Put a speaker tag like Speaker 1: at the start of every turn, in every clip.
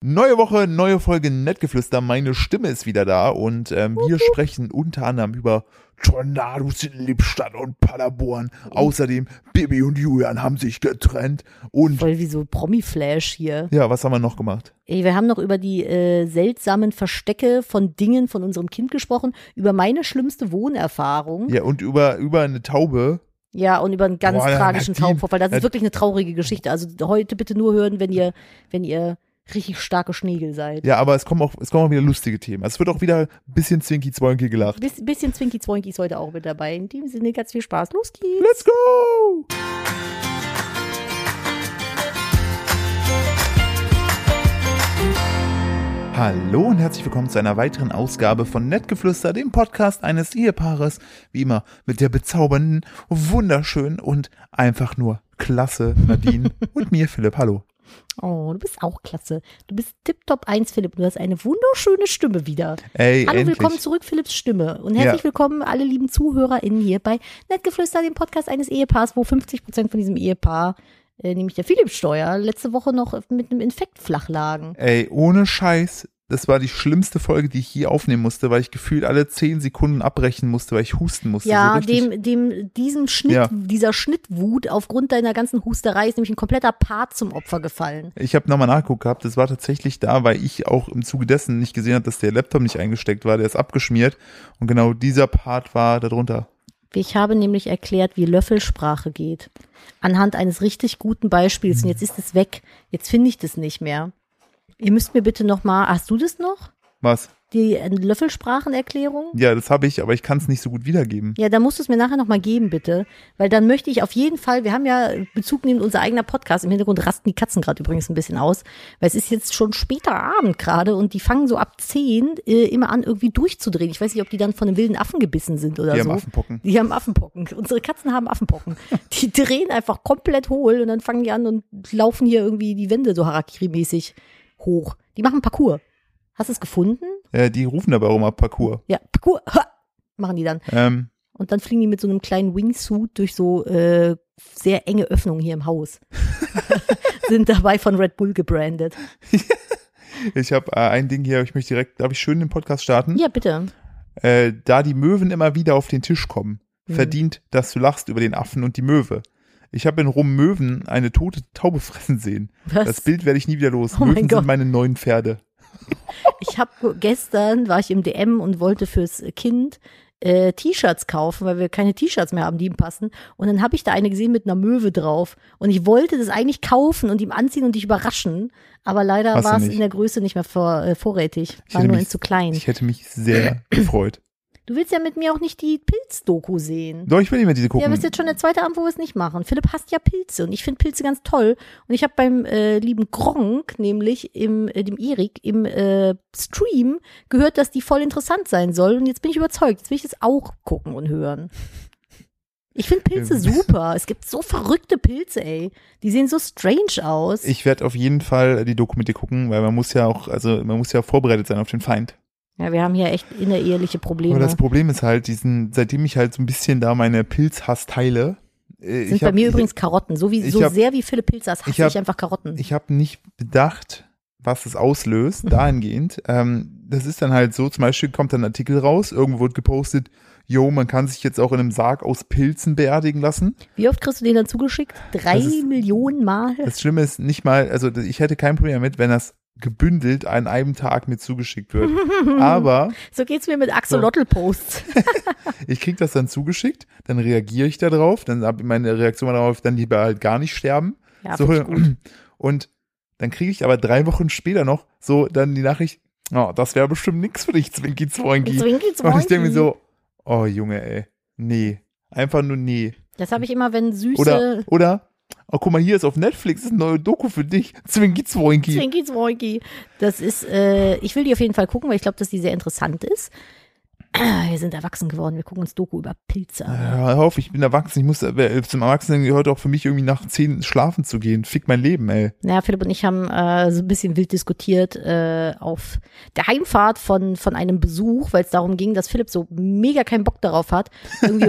Speaker 1: Neue Woche, neue Folge Nettgeflüster. Meine Stimme ist wieder da und ähm, wir sprechen unter anderem über Tornados in Lippstadt und Paderborn. Außerdem, Bibi und Julian haben sich getrennt und
Speaker 2: Voll wie so Promi-Flash hier.
Speaker 1: ja, was haben wir noch gemacht?
Speaker 2: Ey, wir haben noch über die äh, seltsamen Verstecke von Dingen von unserem Kind gesprochen, über meine schlimmste Wohnerfahrung. Ja,
Speaker 1: Ja, und über, über eine Taube.
Speaker 2: und über einen ganz
Speaker 1: Boah,
Speaker 2: tragischen
Speaker 1: Nadine,
Speaker 2: Traumvorfall. Das ist
Speaker 1: Nad-
Speaker 2: wirklich eine traurige Geschichte. Also heute bitte nur hören, wenn ihr, wenn ihr richtig starke Schnegel seid.
Speaker 1: Ja, aber es kommen auch, es kommen auch wieder lustige Themen. Also es wird auch wieder ein bisschen zwinky-zwonky gelacht.
Speaker 2: Biss, bisschen Zwinky Zwinky ist heute auch mit dabei. In dem Sinne ganz viel Spaß. Los geht's.
Speaker 1: Let's go! Hallo und herzlich willkommen zu einer weiteren Ausgabe von Nettgeflüster, dem Podcast eines Ehepaares, wie immer mit der bezaubernden, wunderschönen und einfach nur klasse Nadine und mir Philipp. Hallo.
Speaker 2: Oh, du bist auch klasse. Du bist tipptopp 1, Philipp. Du hast eine wunderschöne Stimme wieder.
Speaker 1: Ey,
Speaker 2: Hallo,
Speaker 1: endlich.
Speaker 2: willkommen zurück, Philipps Stimme. Und herzlich
Speaker 1: Ja.
Speaker 2: willkommen, alle lieben ZuhörerInnen hier bei Nettgeflüster, dem Podcast eines Ehepaars, wo 50 Prozent von diesem Ehepaar, äh, nämlich der Philipp Steuer, letzte Woche noch mit einem Infekt flach lagen.
Speaker 1: Ey, ohne Scheiß. Das war die schlimmste Folge, die ich je aufnehmen musste, weil ich gefühlt alle zehn Sekunden abbrechen musste, weil ich husten musste. so
Speaker 2: Ja,
Speaker 1: richtig.
Speaker 2: dem, dem, diesem Schnitt,
Speaker 1: Ja.
Speaker 2: dieser Schnittwut aufgrund deiner ganzen Husterei ist nämlich ein kompletter Part zum Opfer gefallen.
Speaker 1: Ich habe nochmal nachgeguckt gehabt, das war tatsächlich da, weil ich auch im Zuge dessen nicht gesehen habe, dass der Laptop nicht eingesteckt war, der ist abgeschmiert und genau dieser Part war darunter.
Speaker 2: Ich habe nämlich erklärt, wie Löffelsprache geht. Anhand eines richtig guten Beispiels.
Speaker 1: Hm.
Speaker 2: Und jetzt ist es weg. Jetzt finde ich das nicht mehr. Ihr müsst mir bitte nochmal, hast du das noch?
Speaker 1: Was?
Speaker 2: Die äh, Löffelsprachenerklärung?
Speaker 1: Ja, das habe ich, aber ich kann es nicht so gut wiedergeben.
Speaker 2: Ja, dann musst du es mir nachher nochmal geben, bitte. Weil dann möchte ich auf jeden Fall, wir haben ja Bezug nehmend unser eigener Podcast. Im Hintergrund rasten die Katzen gerade übrigens ein bisschen aus. Weil es ist jetzt schon später Abend gerade und die fangen so ab 10 äh, immer an, irgendwie durchzudrehen. Ich weiß nicht, ob die dann von einem wilden Affen gebissen sind oder
Speaker 1: Die
Speaker 2: so.
Speaker 1: haben Affenpocken.
Speaker 2: Die haben Affenpocken. Unsere Katzen haben Affenpocken. Die drehen einfach komplett hohl und dann fangen die an und laufen hier irgendwie die Wände so Harakiri-mäßig hoch. Die machen Parcours. Hast du es gefunden?
Speaker 1: Äh, die rufen dabei rum ab Parcours.
Speaker 2: Ja, Parcours. Ha! Machen die dann.
Speaker 1: Ähm,
Speaker 2: Und dann fliegen die mit so einem kleinen Wingsuit durch so äh, sehr enge Öffnungen hier im Haus. Sind dabei von Red Bull gebrandet.
Speaker 1: Hm? ich habe äh, ein Ding hier, ich möchte direkt, darf ich schön den Podcast starten?
Speaker 2: Ja, bitte.
Speaker 1: Äh, da die Möwen immer wieder auf den Tisch kommen,
Speaker 2: Mhm.
Speaker 1: verdient, dass du lachst über den Affen und die Möwe. Ich habe in Rom Möwen eine tote Taube fressen sehen. Das
Speaker 2: Was?
Speaker 1: Bild werde ich nie wieder los.
Speaker 2: Oh mein
Speaker 1: Möwen
Speaker 2: Gott.
Speaker 1: sind meine neuen Pferde.
Speaker 2: Ich habe gestern war ich im DM und wollte fürs Kind äh, T-Shirts kaufen, weil wir keine T-Shirts mehr haben, die ihm passen. Und dann habe ich da eine gesehen mit einer Möwe drauf. Und ich wollte das eigentlich kaufen und ihm anziehen und dich überraschen. Aber leider
Speaker 1: Hast du
Speaker 2: war es
Speaker 1: nicht.
Speaker 2: in der Größe nicht mehr vor, äh, vorrätig.
Speaker 1: Ich
Speaker 2: War
Speaker 1: hätte
Speaker 2: nur
Speaker 1: mich-
Speaker 2: in zu klein.
Speaker 1: Ich hätte mich sehr gefreut.
Speaker 2: Du willst ja mit mir auch nicht die Pilzdoku sehen.
Speaker 1: Doch, ich will nicht mehr diese gucken.
Speaker 2: Ja, aber es ist jetzt schon der zweite Abend, wo wir es nicht machen. Philipp hasst ja Pilze und ich finde Pilze ganz toll. Und ich habe beim äh, lieben Gronk, nämlich im, äh, dem Erik, im äh, Stream gehört, dass die voll interessant sein soll. Und jetzt bin ich überzeugt. Jetzt will ich das auch gucken und hören. Ich finde Pilze
Speaker 1: Ähm.
Speaker 2: super. Es gibt so verrückte Pilze, ey. Die sehen so strange aus.
Speaker 1: Ich werde auf jeden Fall die Doku mit dir gucken, weil man muss ja auch, also man muss ja vorbereitet sein auf den Feind.
Speaker 2: ja, wir haben hier echt innereheliche
Speaker 1: Aber
Speaker 2: Probleme.
Speaker 1: das Problem ist halt, diesen, seitdem ich halt so ein bisschen da meine Pilzhass teile, äh,
Speaker 2: Sind
Speaker 1: ich
Speaker 2: bei
Speaker 1: habe
Speaker 2: mir übrigens Karotten. So, wie,
Speaker 1: ich
Speaker 2: so
Speaker 1: hab-
Speaker 2: sehr wie Philipp Pilze hasst, hasse ich,
Speaker 1: ich hab-
Speaker 2: einfach Karotten.
Speaker 1: ich hab nicht bedacht, was es auslöst, dahingehend. ähm, das ist dann halt so, zum Beispiel kommt dann ein Artikel raus, irgendwo wird gepostet, yo, man kann sich jetzt auch in einem Sarg aus Pilzen beerdigen lassen.
Speaker 2: wie oft kriegst du den dann zugeschickt? Drei
Speaker 1: Das ist-
Speaker 2: Millionen Mal?
Speaker 1: Das Schlimme ist nicht mal, also ich hätte kein Problem damit, wenn das gebündelt an einem Tag mir zugeschickt wird. Aber
Speaker 2: So geht's mir mit Axolotl-Posts.
Speaker 1: Ich krieg das dann zugeschickt, dann reagiere ich darauf, dann habe meine Reaktion darauf, dann lieber halt gar nicht sterben.
Speaker 2: Ja,
Speaker 1: so,
Speaker 2: finde ich gut.
Speaker 1: Und dann kriege ich aber drei Wochen später noch so dann die Nachricht, oh, das wäre bestimmt nix für dich, Zwinki Zwoinki.
Speaker 2: Zwinki,
Speaker 1: Und ich denke mir
Speaker 2: zwinki.
Speaker 1: so, oh Junge, ey, nee, einfach nur nee.
Speaker 2: Das habe ich immer, wenn süße
Speaker 1: Oder, oder, oh guck mal, hier ist auf Netflix ist eine neue Doku für dich, Zwinki Zwoinki.
Speaker 2: Zwinki Zwinki. Das ist, äh, ich will die auf jeden Fall gucken, weil ich glaube, dass die sehr interessant ist. Wir sind erwachsen geworden, wir gucken uns Doku über Pilze an.
Speaker 1: Ja, hör auf, ich bin erwachsen, ich muss, äh, zum Erwachsenen gehört auch für mich irgendwie nach zehn schlafen zu gehen, fick mein Leben, ey.
Speaker 2: Naja, Philipp und ich haben äh, so ein bisschen wild diskutiert äh, auf der Heimfahrt von, von einem Besuch, weil es darum ging, dass Philipp so mega keinen Bock darauf hat, irgendwie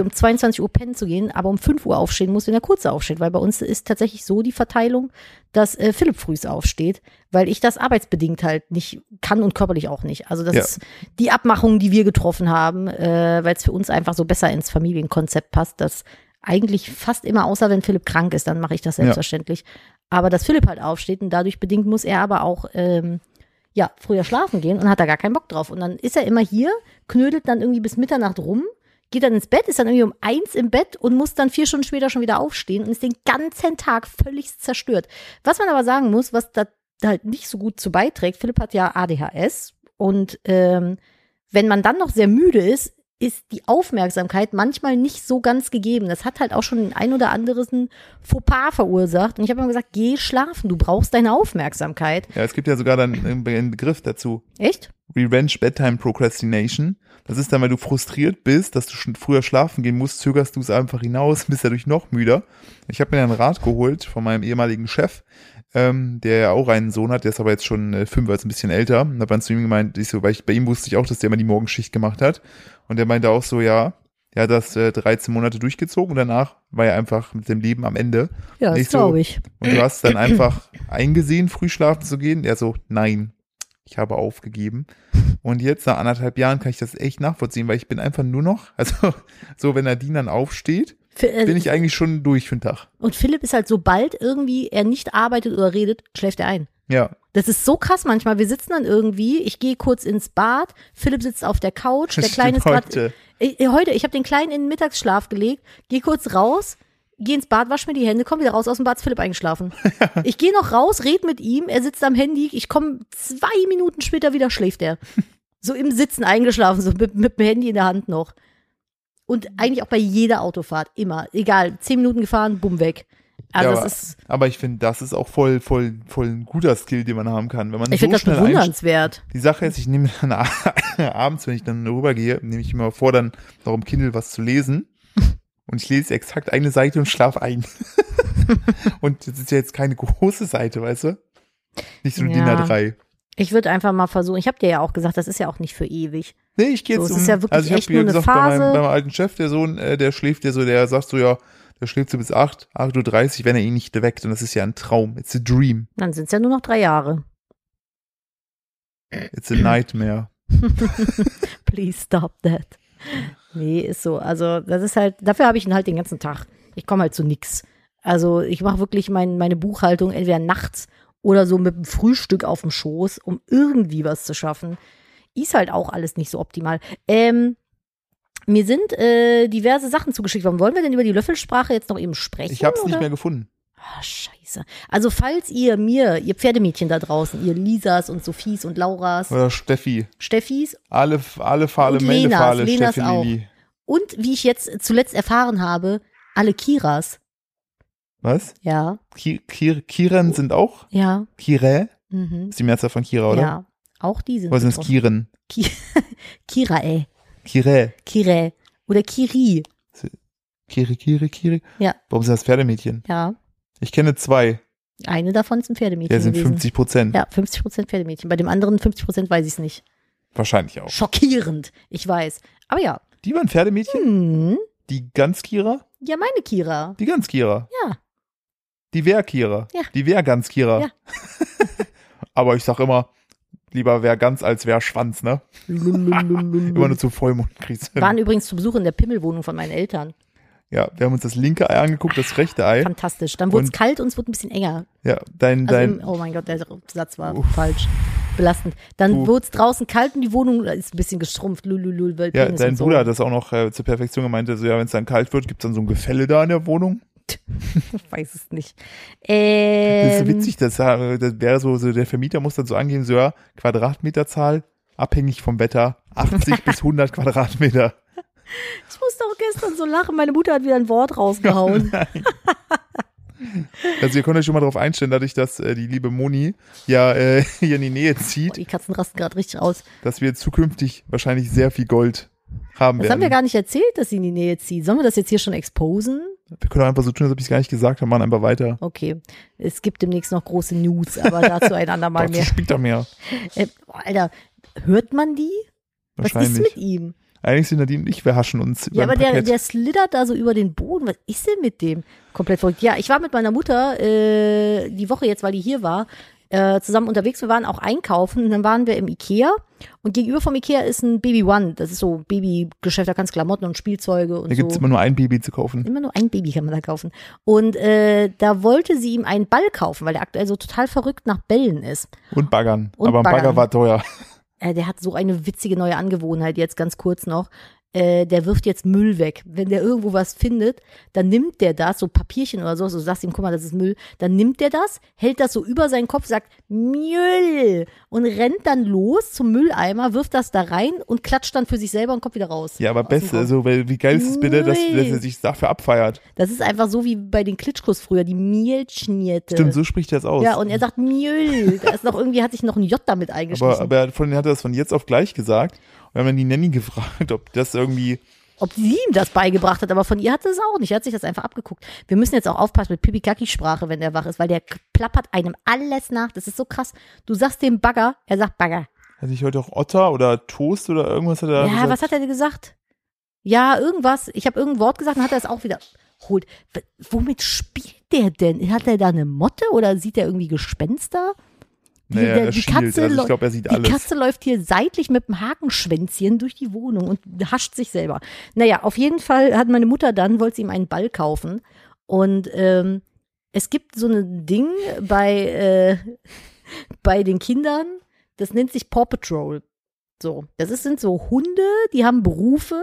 Speaker 2: um 22 Uhr pennen zu gehen, aber um 5 Uhr aufstehen muss, wenn er kurz aufsteht, weil bei uns ist tatsächlich so die Verteilung, dass äh, Philipp frühs aufsteht, weil ich das arbeitsbedingt halt nicht kann und körperlich auch nicht. Also das
Speaker 1: Ja.
Speaker 2: ist die Abmachung, die wir getroffen haben, äh, weil es für uns einfach so besser ins Familienkonzept passt, dass eigentlich fast immer, außer wenn Philipp krank ist, dann mache ich das
Speaker 1: Ja.
Speaker 2: selbstverständlich. Aber dass Philipp halt aufsteht und dadurch bedingt muss er aber auch ähm, ja, früher schlafen gehen und hat da gar keinen Bock drauf. Und dann ist er immer hier, knödelt dann irgendwie bis Mitternacht rum, geht dann ins Bett, ist dann irgendwie um eins im Bett und muss dann vier Stunden später schon wieder aufstehen und ist den ganzen Tag völlig zerstört. Was man aber sagen muss, was da halt nicht so gut zu beiträgt, Philipp hat ja ADHS und ähm, wenn man dann noch sehr müde ist, ist die Aufmerksamkeit manchmal nicht so ganz gegeben. Das hat halt auch schon den ein oder anderen Fauxpas verursacht. Und ich habe immer gesagt, geh schlafen, du brauchst deine Aufmerksamkeit.
Speaker 1: Ja, es gibt ja sogar dann einen Be- einen Begriff dazu.
Speaker 2: Echt?
Speaker 1: Revenge Bedtime Procrastination. Das ist dann, weil du frustriert bist, dass du schon früher schlafen gehen musst, zögerst du es einfach hinaus, bist dadurch noch müder. Ich habe mir einen Rat geholt von meinem ehemaligen Chef, ähm, der ja auch einen Sohn hat, der ist aber jetzt schon äh, fünf, also ein bisschen älter. Und da hab ich zu ihm gemeint, ich so, weil ich, bei ihm wusste ich auch, dass der immer die Morgenschicht gemacht hat. Und der meinte auch so, ja, der hat das äh, 13 Monate durchgezogen und danach war er einfach mit dem Leben am Ende.
Speaker 2: Ja, das
Speaker 1: Nicht so.
Speaker 2: glaube ich.
Speaker 1: Und du hast dann einfach eingesehen, früh schlafen zu gehen. Er so, nein, ich habe aufgegeben. Und jetzt nach anderthalb Jahren kann ich das echt nachvollziehen, weil ich bin einfach nur noch, also so, wenn Nadine dann aufsteht,
Speaker 2: Fi- äh,
Speaker 1: bin ich eigentlich schon durch für den Tag.
Speaker 2: Und Philipp ist halt, sobald irgendwie er nicht arbeitet oder redet, schläft er ein.
Speaker 1: Ja,
Speaker 2: Das ist so krass manchmal. Wir sitzen dann irgendwie, ich gehe kurz ins Bad, Philipp sitzt auf der Couch, der
Speaker 1: Das
Speaker 2: Kleine ist
Speaker 1: stimmt
Speaker 2: gerade.
Speaker 1: heute.
Speaker 2: Äh, heute, ich habe den Kleinen in den Mittagsschlaf gelegt, gehe kurz raus, gehe ins Bad, wasch mir die Hände, komm wieder raus aus dem Bad, ist Philipp eingeschlafen. ich gehe noch raus, red mit ihm, er sitzt am Handy, ich komme zwei Minuten später wieder, schläft er. So im Sitzen eingeschlafen, so mit, mit dem Handy in der Hand noch. Und eigentlich auch bei jeder Autofahrt, immer. Egal, zehn Minuten gefahren, bumm, weg. Also
Speaker 1: ja
Speaker 2: das
Speaker 1: aber,
Speaker 2: ist,
Speaker 1: aber ich finde, das ist auch voll, voll, voll ein guter Skill, den man haben kann. Wenn man
Speaker 2: ich
Speaker 1: so
Speaker 2: finde das
Speaker 1: schnell einsteigt.
Speaker 2: bewundernswert.
Speaker 1: Die Sache ist, ich nehme dann abends, wenn ich dann rübergehe, nehme ich immer vor, dann noch im Kindle was zu lesen. Und ich lese exakt eine Seite und schlafe ein. und das ist ja jetzt keine große Seite, weißt du? Nicht so eine
Speaker 2: Ja.
Speaker 1: DIN A3.
Speaker 2: Ich würde einfach mal versuchen, ich habe dir ja auch gesagt, das ist ja auch nicht für ewig.
Speaker 1: Nee, ich gehe jetzt
Speaker 2: So, es
Speaker 1: um.
Speaker 2: ist ja wirklich
Speaker 1: also ich
Speaker 2: echt
Speaker 1: habe
Speaker 2: nur eine
Speaker 1: gesagt, bei meinem,
Speaker 2: Phase.
Speaker 1: bei meinem alten Chef, der Sohn, äh, der schläft ja so, der sagt so, ja, der schläft so bis 8, 8.30 Uhr, wenn er ihn nicht weckt. Und das ist ja ein Traum. It's a dream.
Speaker 2: Dann sind es ja nur noch drei Jahre.
Speaker 1: It's a nightmare.
Speaker 2: Please stop that. Nee, ist so. Also, das ist halt, dafür habe ich ihn halt den ganzen Tag. Ich komme halt zu nix. Also, ich mache wirklich mein, meine Buchhaltung entweder nachts oder so mit dem Frühstück auf dem Schoß, um irgendwie was zu schaffen. Ist halt auch alles nicht so optimal. Ähm, mir sind äh, diverse Sachen zugeschickt worden. Wollen wir denn über die Löffelsprache jetzt noch eben sprechen?
Speaker 1: Ich habe es
Speaker 2: oder?
Speaker 1: nicht mehr gefunden.
Speaker 2: Ah, scheiße. Also, falls ihr mir, ihr Pferdemädchen da draußen, ihr Lisas und Sophies und Lauras,
Speaker 1: Oder Steffi.
Speaker 2: Steffis
Speaker 1: Alle, alle Fahle,
Speaker 2: Und
Speaker 1: Mende
Speaker 2: Lenas,
Speaker 1: Fahle,
Speaker 2: Lenas
Speaker 1: Steffi
Speaker 2: auch.
Speaker 1: Lili.
Speaker 2: Und wie ich jetzt zuletzt erfahren habe, alle Kiras.
Speaker 1: Was?
Speaker 2: Ja,
Speaker 1: Ki Kir Kiren sind auch?
Speaker 2: ja.
Speaker 1: Kirä?
Speaker 2: Mhm.
Speaker 1: Ist die Mehrzahl von Kira, oder?
Speaker 2: Ja, auch die sind.
Speaker 1: Oder sind es
Speaker 2: betroffen.
Speaker 1: Kiren?
Speaker 2: Kirae,
Speaker 1: Kirä.
Speaker 2: Kire oder Kiri.
Speaker 1: Kire, Kire, Kire.
Speaker 2: Ja.
Speaker 1: Warum sind das Pferdemädchen?
Speaker 2: Ja,
Speaker 1: Ich kenne zwei.
Speaker 2: eine davon ist ein Pferdemädchen.
Speaker 1: Der sind
Speaker 2: gewesen.
Speaker 1: 50 Prozent.
Speaker 2: Ja, 50 Prozent Pferdemädchen. Bei dem anderen 50 Prozent weiß ich es nicht.
Speaker 1: Wahrscheinlich auch.
Speaker 2: Schockierend, ich weiß. Aber ja.
Speaker 1: Die waren Pferdemädchen?
Speaker 2: Hm.
Speaker 1: Die ganz Kira?
Speaker 2: Ja, meine Kira.
Speaker 1: Die ganz Kira.
Speaker 2: Ja.
Speaker 1: Die wär Kira.
Speaker 2: Ja.
Speaker 1: Die wär ganz Kira.
Speaker 2: Ja.
Speaker 1: Aber ich sag immer, lieber wär ganz als wär Schwanz, ne? Immer nur
Speaker 2: Waren
Speaker 1: zu Vollmond kriegst du.
Speaker 2: übrigens zu Besuch in der Pimmelwohnung von meinen Eltern.
Speaker 1: Ja, wir haben uns das linke Ei angeguckt, das rechte Ei.
Speaker 2: Fantastisch. Dann wurde es
Speaker 1: Und-
Speaker 2: kalt und es wurde ein bisschen enger.
Speaker 1: Ja, dein,
Speaker 2: Also
Speaker 1: dein,
Speaker 2: im, oh mein Gott, der Satz war
Speaker 1: Uff.
Speaker 2: falsch. Belastend. Dann
Speaker 1: Puh.
Speaker 2: wurde es draußen kalt und die Wohnung äh, ist ein bisschen gestrumpft. Lululul, weil
Speaker 1: Ja,
Speaker 2: Penis
Speaker 1: dein
Speaker 2: und so.
Speaker 1: Bruder hat das auch noch äh, zur Perfektion gemeint. Also, ja, wenn es dann kalt wird, gibt's dann so ein Gefälle da in der Wohnung.
Speaker 2: Ich weiß es nicht.
Speaker 1: Das ist so
Speaker 2: Ähm,
Speaker 1: witzig, das, äh, das wäre so, so, der Vermieter muss dann so angeben, so, ja, Quadratmeterzahl, abhängig vom Wetter, 80 bis 100 Quadratmeter.
Speaker 2: Ich musste auch gestern so lachen. Meine Mutter hat wieder ein Wort rausgehauen.
Speaker 1: Also, ihr könnt euch schon mal darauf einstellen, dadurch, dass äh, die liebe Moni ja äh, hier in die Nähe
Speaker 2: Boah,
Speaker 1: zieht,
Speaker 2: die Katzen rasten gerade richtig aus.
Speaker 1: dass wir zukünftig wahrscheinlich sehr viel Gold haben
Speaker 2: Das
Speaker 1: werden.
Speaker 2: haben wir gar nicht erzählt, dass sie in die Nähe zieht. Sollen wir das jetzt hier schon exposen?
Speaker 1: wir können auch einfach so tun, als ob ich es gar nicht gesagt habe, machen einfach weiter.
Speaker 2: Okay. Es gibt demnächst noch große News, aber dazu ein andermal
Speaker 1: Dazu
Speaker 2: mehr.
Speaker 1: spielt er mehr.
Speaker 2: Äh, boah, Alter, hört man die? Was ist
Speaker 1: Wahrscheinlich.
Speaker 2: mit ihm?
Speaker 1: Eigentlich sind Nadine und ich, wir haschen uns.
Speaker 2: Ja,
Speaker 1: beim
Speaker 2: aber der,
Speaker 1: Parkett.
Speaker 2: der schlittert da so über den Boden. Was ist denn mit dem? Komplett verrückt. Ja, ich war mit meiner Mutter äh, die Woche jetzt, weil die hier war, äh, zusammen unterwegs. Wir waren auch einkaufen und dann waren wir im Ikea. Und gegenüber vom Ikea ist ein Baby One. Das ist so Babygeschäft, da kannst du Klamotten und Spielzeuge und
Speaker 1: da
Speaker 2: so.
Speaker 1: gibt's immer nur ein Baby zu kaufen.
Speaker 2: Immer nur ein Baby kann man da kaufen. Und äh, da wollte sie ihm einen Ball kaufen, weil der aktuell so total verrückt nach Bällen ist.
Speaker 1: Und baggern.
Speaker 2: Und
Speaker 1: aber ein Bagger
Speaker 2: baggern.
Speaker 1: war teuer.
Speaker 2: Äh, der hat so eine witzige neue Angewohnheit jetzt ganz kurz noch. Äh, der wirft jetzt Müll weg. Wenn der irgendwo was findet, dann nimmt der das, so Papierchen oder so, so sagst ihm, guck mal, das ist Müll, dann nimmt der das, hält das so über seinen Kopf, sagt Müll und rennt dann los zum Mülleimer, wirft das da rein und klatscht dann für sich selber und kommt wieder raus.
Speaker 1: Ja, aber
Speaker 2: Aus dem
Speaker 1: best,
Speaker 2: Raum.
Speaker 1: also, weil, wie geil ist es bitte, dass, dass er sich dafür abfeiert?
Speaker 2: Das ist einfach so wie bei den Klitschkos früher, die Mielschnierte.
Speaker 1: Stimmt, so spricht er es aus.
Speaker 2: Ja, und er sagt Müll. Da ist noch irgendwie, hat sich noch ein J damit eingeschrieben.
Speaker 1: aber, aber er hat von, er hat das von jetzt auf gleich gesagt. Und wir haben dann die Nanny gefragt, ob das irgendwie,
Speaker 2: Ob sie ihm das beigebracht hat, aber von ihr hat sie es auch nicht. Er hat sich das einfach abgeguckt. Wir müssen jetzt auch aufpassen mit Pipi-Kaki-Sprache, wenn der wach ist, weil der k- plappert einem alles nach. Das ist so krass. Du sagst dem Bagger, er sagt Bagger.
Speaker 1: hatte ich heute auch Otter oder Toast oder irgendwas hat er
Speaker 2: Ja,
Speaker 1: gesagt?
Speaker 2: was hat er denn gesagt? Ja, irgendwas. Ich habe irgendein Wort gesagt und hat er es auch wieder holt. W womit spielt der denn? Hat er da eine Motte oder sieht er irgendwie Gespenster? Die,
Speaker 1: naja,
Speaker 2: der-
Speaker 1: er
Speaker 2: die
Speaker 1: schielt.
Speaker 2: Katze
Speaker 1: also
Speaker 2: läu-
Speaker 1: ich glaube, er sieht
Speaker 2: Die
Speaker 1: alles.
Speaker 2: Katze läuft hier seitlich mit dem Hakenschwänzchen durch die Wohnung und hascht sich selber. Naja, auf jeden Fall hat meine Mutter dann, wollte sie ihm einen Ball kaufen. Und ähm, es gibt so ein Ding bei, äh, bei den Kindern, das nennt sich Paw Patrol. So, das ist, sind so Hunde, die haben Berufe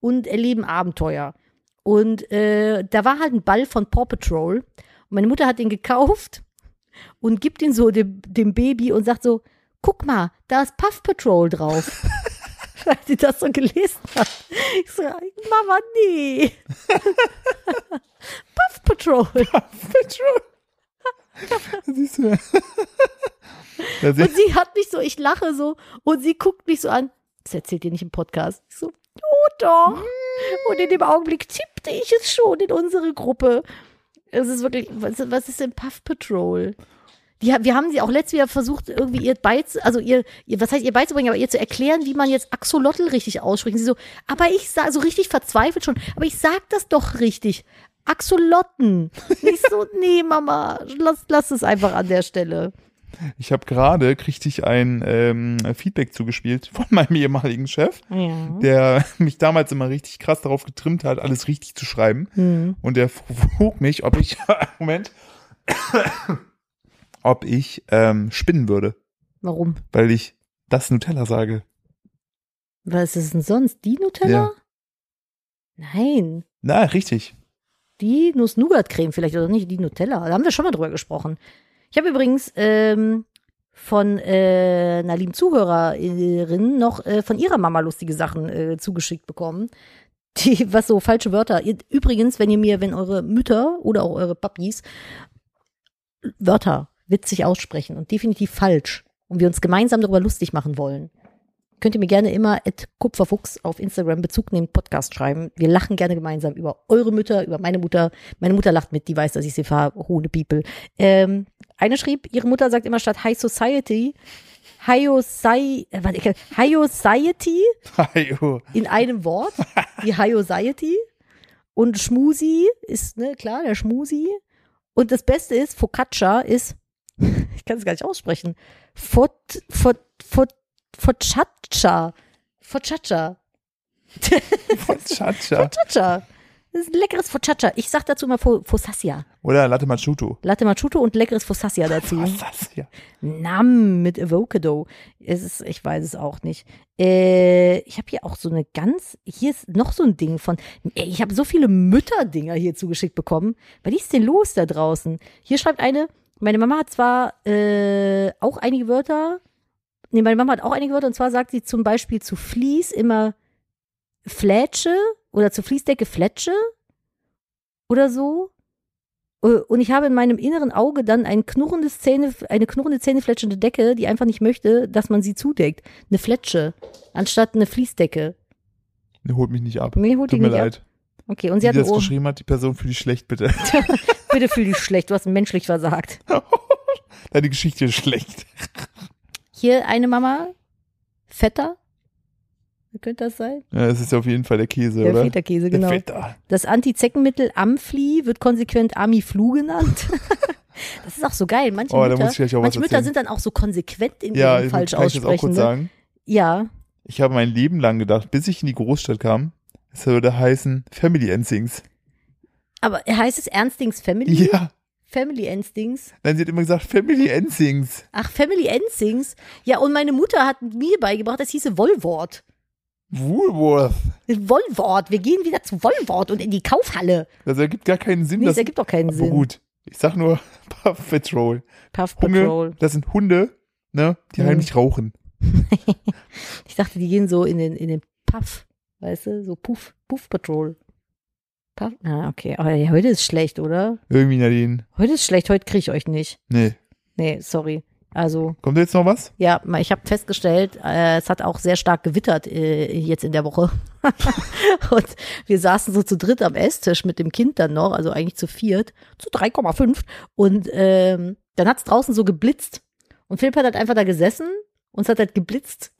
Speaker 2: und erleben Abenteuer. Und äh, da war halt ein Ball von Paw Patrol. Und meine Mutter hat den gekauft und gibt ihn so dem, dem Baby und sagt so, guck mal, da ist Puff Patrol drauf. Weil sie das so gelesen hat. Ich so, Mama, nee. Puff Patrol.
Speaker 1: Siehst du? da
Speaker 2: Und
Speaker 1: sieht,
Speaker 2: sie hat mich so, ich lache so und sie guckt mich so an. Das erzählt ihr nicht im Podcast. Ich so, oh doch. Und in dem Augenblick tippte ich es schon in unsere Gruppe. Es ist wirklich, was, was ist denn Puff Patrol? Die, ha- wir haben sie auch letztes Jahr versucht, irgendwie ihr beiz, also ihr, ihr, was heißt ihr beizubringen, aber ihr zu erklären, wie man jetzt Axolotl richtig ausspricht. Und Sie so, aber ich sah so richtig verzweifelt schon, aber ich sag das doch richtig. Axolotten. Nicht so, nee, Mama, lass, lass es einfach an der Stelle.
Speaker 1: ich habe gerade, kriegte ich ein ähm, Feedback zugespielt von meinem ehemaligen Chef,
Speaker 2: Ja.
Speaker 1: der mich damals immer richtig krass darauf getrimmt hat, alles richtig zu schreiben.
Speaker 2: Hm.
Speaker 1: Und der frug mich, ob ich, Moment, ob ich ähm, spinnen würde,
Speaker 2: Warum?
Speaker 1: weil ich das Nutella sage.
Speaker 2: Was ist es denn sonst? Die Nutella? Nein.
Speaker 1: Na, richtig.
Speaker 2: Die Nuss-Nougat-Creme vielleicht oder nicht die Nutella. Da haben wir schon mal drüber gesprochen. Ich habe übrigens ähm, von äh, einer lieben Zuhörerin noch äh, von ihrer Mama lustige Sachen äh, zugeschickt bekommen. Die, was so falsche Wörter. Ihr, übrigens, wenn ihr mir, wenn eure Mütter oder auch eure Papis Wörter witzig aussprechen und definitiv falsch und wir uns gemeinsam darüber lustig machen wollen, könnt ihr mir gerne immer at kupferfuchs auf Instagram Bezug nehmen, Podcast schreiben. Wir lachen gerne gemeinsam über eure Mütter, über meine Mutter. Meine Mutter lacht mit, die weiß, dass ich sie verhohne People. Ähm, eine schrieb, ihre Mutter sagt immer statt High Society, High Osi- äh, warte, ich- High Society
Speaker 1: Ajo.
Speaker 2: in einem Wort, die High Society. Und Schmusi ist, ne, klar, der Schmusi. Und das Beste ist, Focaccia ist, ich kann es gar nicht aussprechen, Fot, Fot, Fot, Focaccia. Focaccia.
Speaker 1: Von Chacha.
Speaker 2: Focaccia. Das ist ein leckeres Focaccia. Ich sag dazu mal Fo- Fossassia.
Speaker 1: Oder Latte Machuto.
Speaker 2: Latte Machuto und leckeres Fossassia dazu.
Speaker 1: Was ist das hier?
Speaker 2: Nam mit Avocado. Es ist, ich weiß es auch nicht. Äh, ich habe hier auch so eine ganz, hier ist noch so ein Ding von, ey, ich habe so viele Mütterdinger hier zugeschickt bekommen. Was ist denn los da draußen? Hier schreibt eine, meine Mama hat zwar äh, auch einige Wörter, nee, meine Mama hat auch einige Wörter und zwar sagt sie zum Beispiel zu Fließ immer Flätsche oder zu Fließdecke Flätsche oder so. Äh, Und ich habe in meinem inneren Auge dann ein knurrendes Zähne, eine knurrende zähnefletschende Decke, die einfach nicht möchte, dass man sie zudeckt. Eine Fletsche, anstatt eine Fließdecke.
Speaker 1: Nee, Ne, Holt mich nicht ab.
Speaker 2: Mir holt die
Speaker 1: Tut mir
Speaker 2: nicht ab.
Speaker 1: leid.
Speaker 2: Okay, und sie
Speaker 1: Die,
Speaker 2: hat
Speaker 1: die
Speaker 2: ein
Speaker 1: das
Speaker 2: Ohr.
Speaker 1: geschrieben hat, die Person fühlt sich schlecht, bitte.
Speaker 2: Bitte fühl dich schlecht, du hast menschlich versagt.
Speaker 1: Deine Geschichte ist schlecht.
Speaker 2: Hier eine Mama, fetter, Könnte das sein?
Speaker 1: Ja, es ist auf jeden Fall der Käse,
Speaker 2: Der
Speaker 1: oder?
Speaker 2: Feta-Käse, genau.
Speaker 1: Der Feta.
Speaker 2: Das Antizeckenmittel Amfli wird konsequent Amiflu genannt. Das ist auch so geil. Manche
Speaker 1: Oh, da
Speaker 2: Mütter,
Speaker 1: muss ich gleich auch was
Speaker 2: manche Mütter
Speaker 1: erzählen.
Speaker 2: sind dann auch so konsequent in
Speaker 1: Ja,
Speaker 2: ihrem
Speaker 1: ich-
Speaker 2: falsch
Speaker 1: kann ich das auch
Speaker 2: aussprechen.
Speaker 1: kurz
Speaker 2: Ne?
Speaker 1: sagen.
Speaker 2: Ja,
Speaker 1: Ich habe mein Leben lang gedacht, bis ich in die Großstadt kam, es würde heißen Family Endings.
Speaker 2: aber heißt es Ernstings Family?
Speaker 1: Ja,
Speaker 2: Family Ernstings?
Speaker 1: dann sie hat immer gesagt Family Endings.
Speaker 2: Ach, Family Ensings. Ja, und meine Mutter hat mir beigebracht, das hieße Wollwort.
Speaker 1: Woolworth.
Speaker 2: Wollwort. Wir gehen wieder zu Wollwort und in die Kaufhalle.
Speaker 1: Das ergibt gar keinen Sinn.
Speaker 2: Nee, das
Speaker 1: das
Speaker 2: ergibt doch keinen
Speaker 1: aber
Speaker 2: Sinn.
Speaker 1: gut. Ich sag nur Puff Patrol.
Speaker 2: Puff
Speaker 1: Hunde,
Speaker 2: Patrol.
Speaker 1: das sind Hunde, ne, die
Speaker 2: Mhm.
Speaker 1: heimlich rauchen.
Speaker 2: Ich dachte, die gehen so in den, in den Puff. Weißt du? So Puff, Puff Patrol. Puff. Ah, okay. Aber ja, heute ist schlecht, oder?
Speaker 1: Irgendwie Nadine.
Speaker 2: Heute ist schlecht. Heute kriege ich euch nicht.
Speaker 1: Nee.
Speaker 2: Nee, sorry. Also,
Speaker 1: Kommt da jetzt noch was?
Speaker 2: Ja, ma- ich habe festgestellt, äh, es hat auch sehr stark gewittert äh, jetzt in der Woche. und wir saßen so zu dritt am Esstisch mit dem Kind dann noch, also eigentlich zu viert, zu 3,5. Und ähm, dann hat's draußen so geblitzt. Und Philipp hat halt einfach da gesessen und es hat halt geblitzt.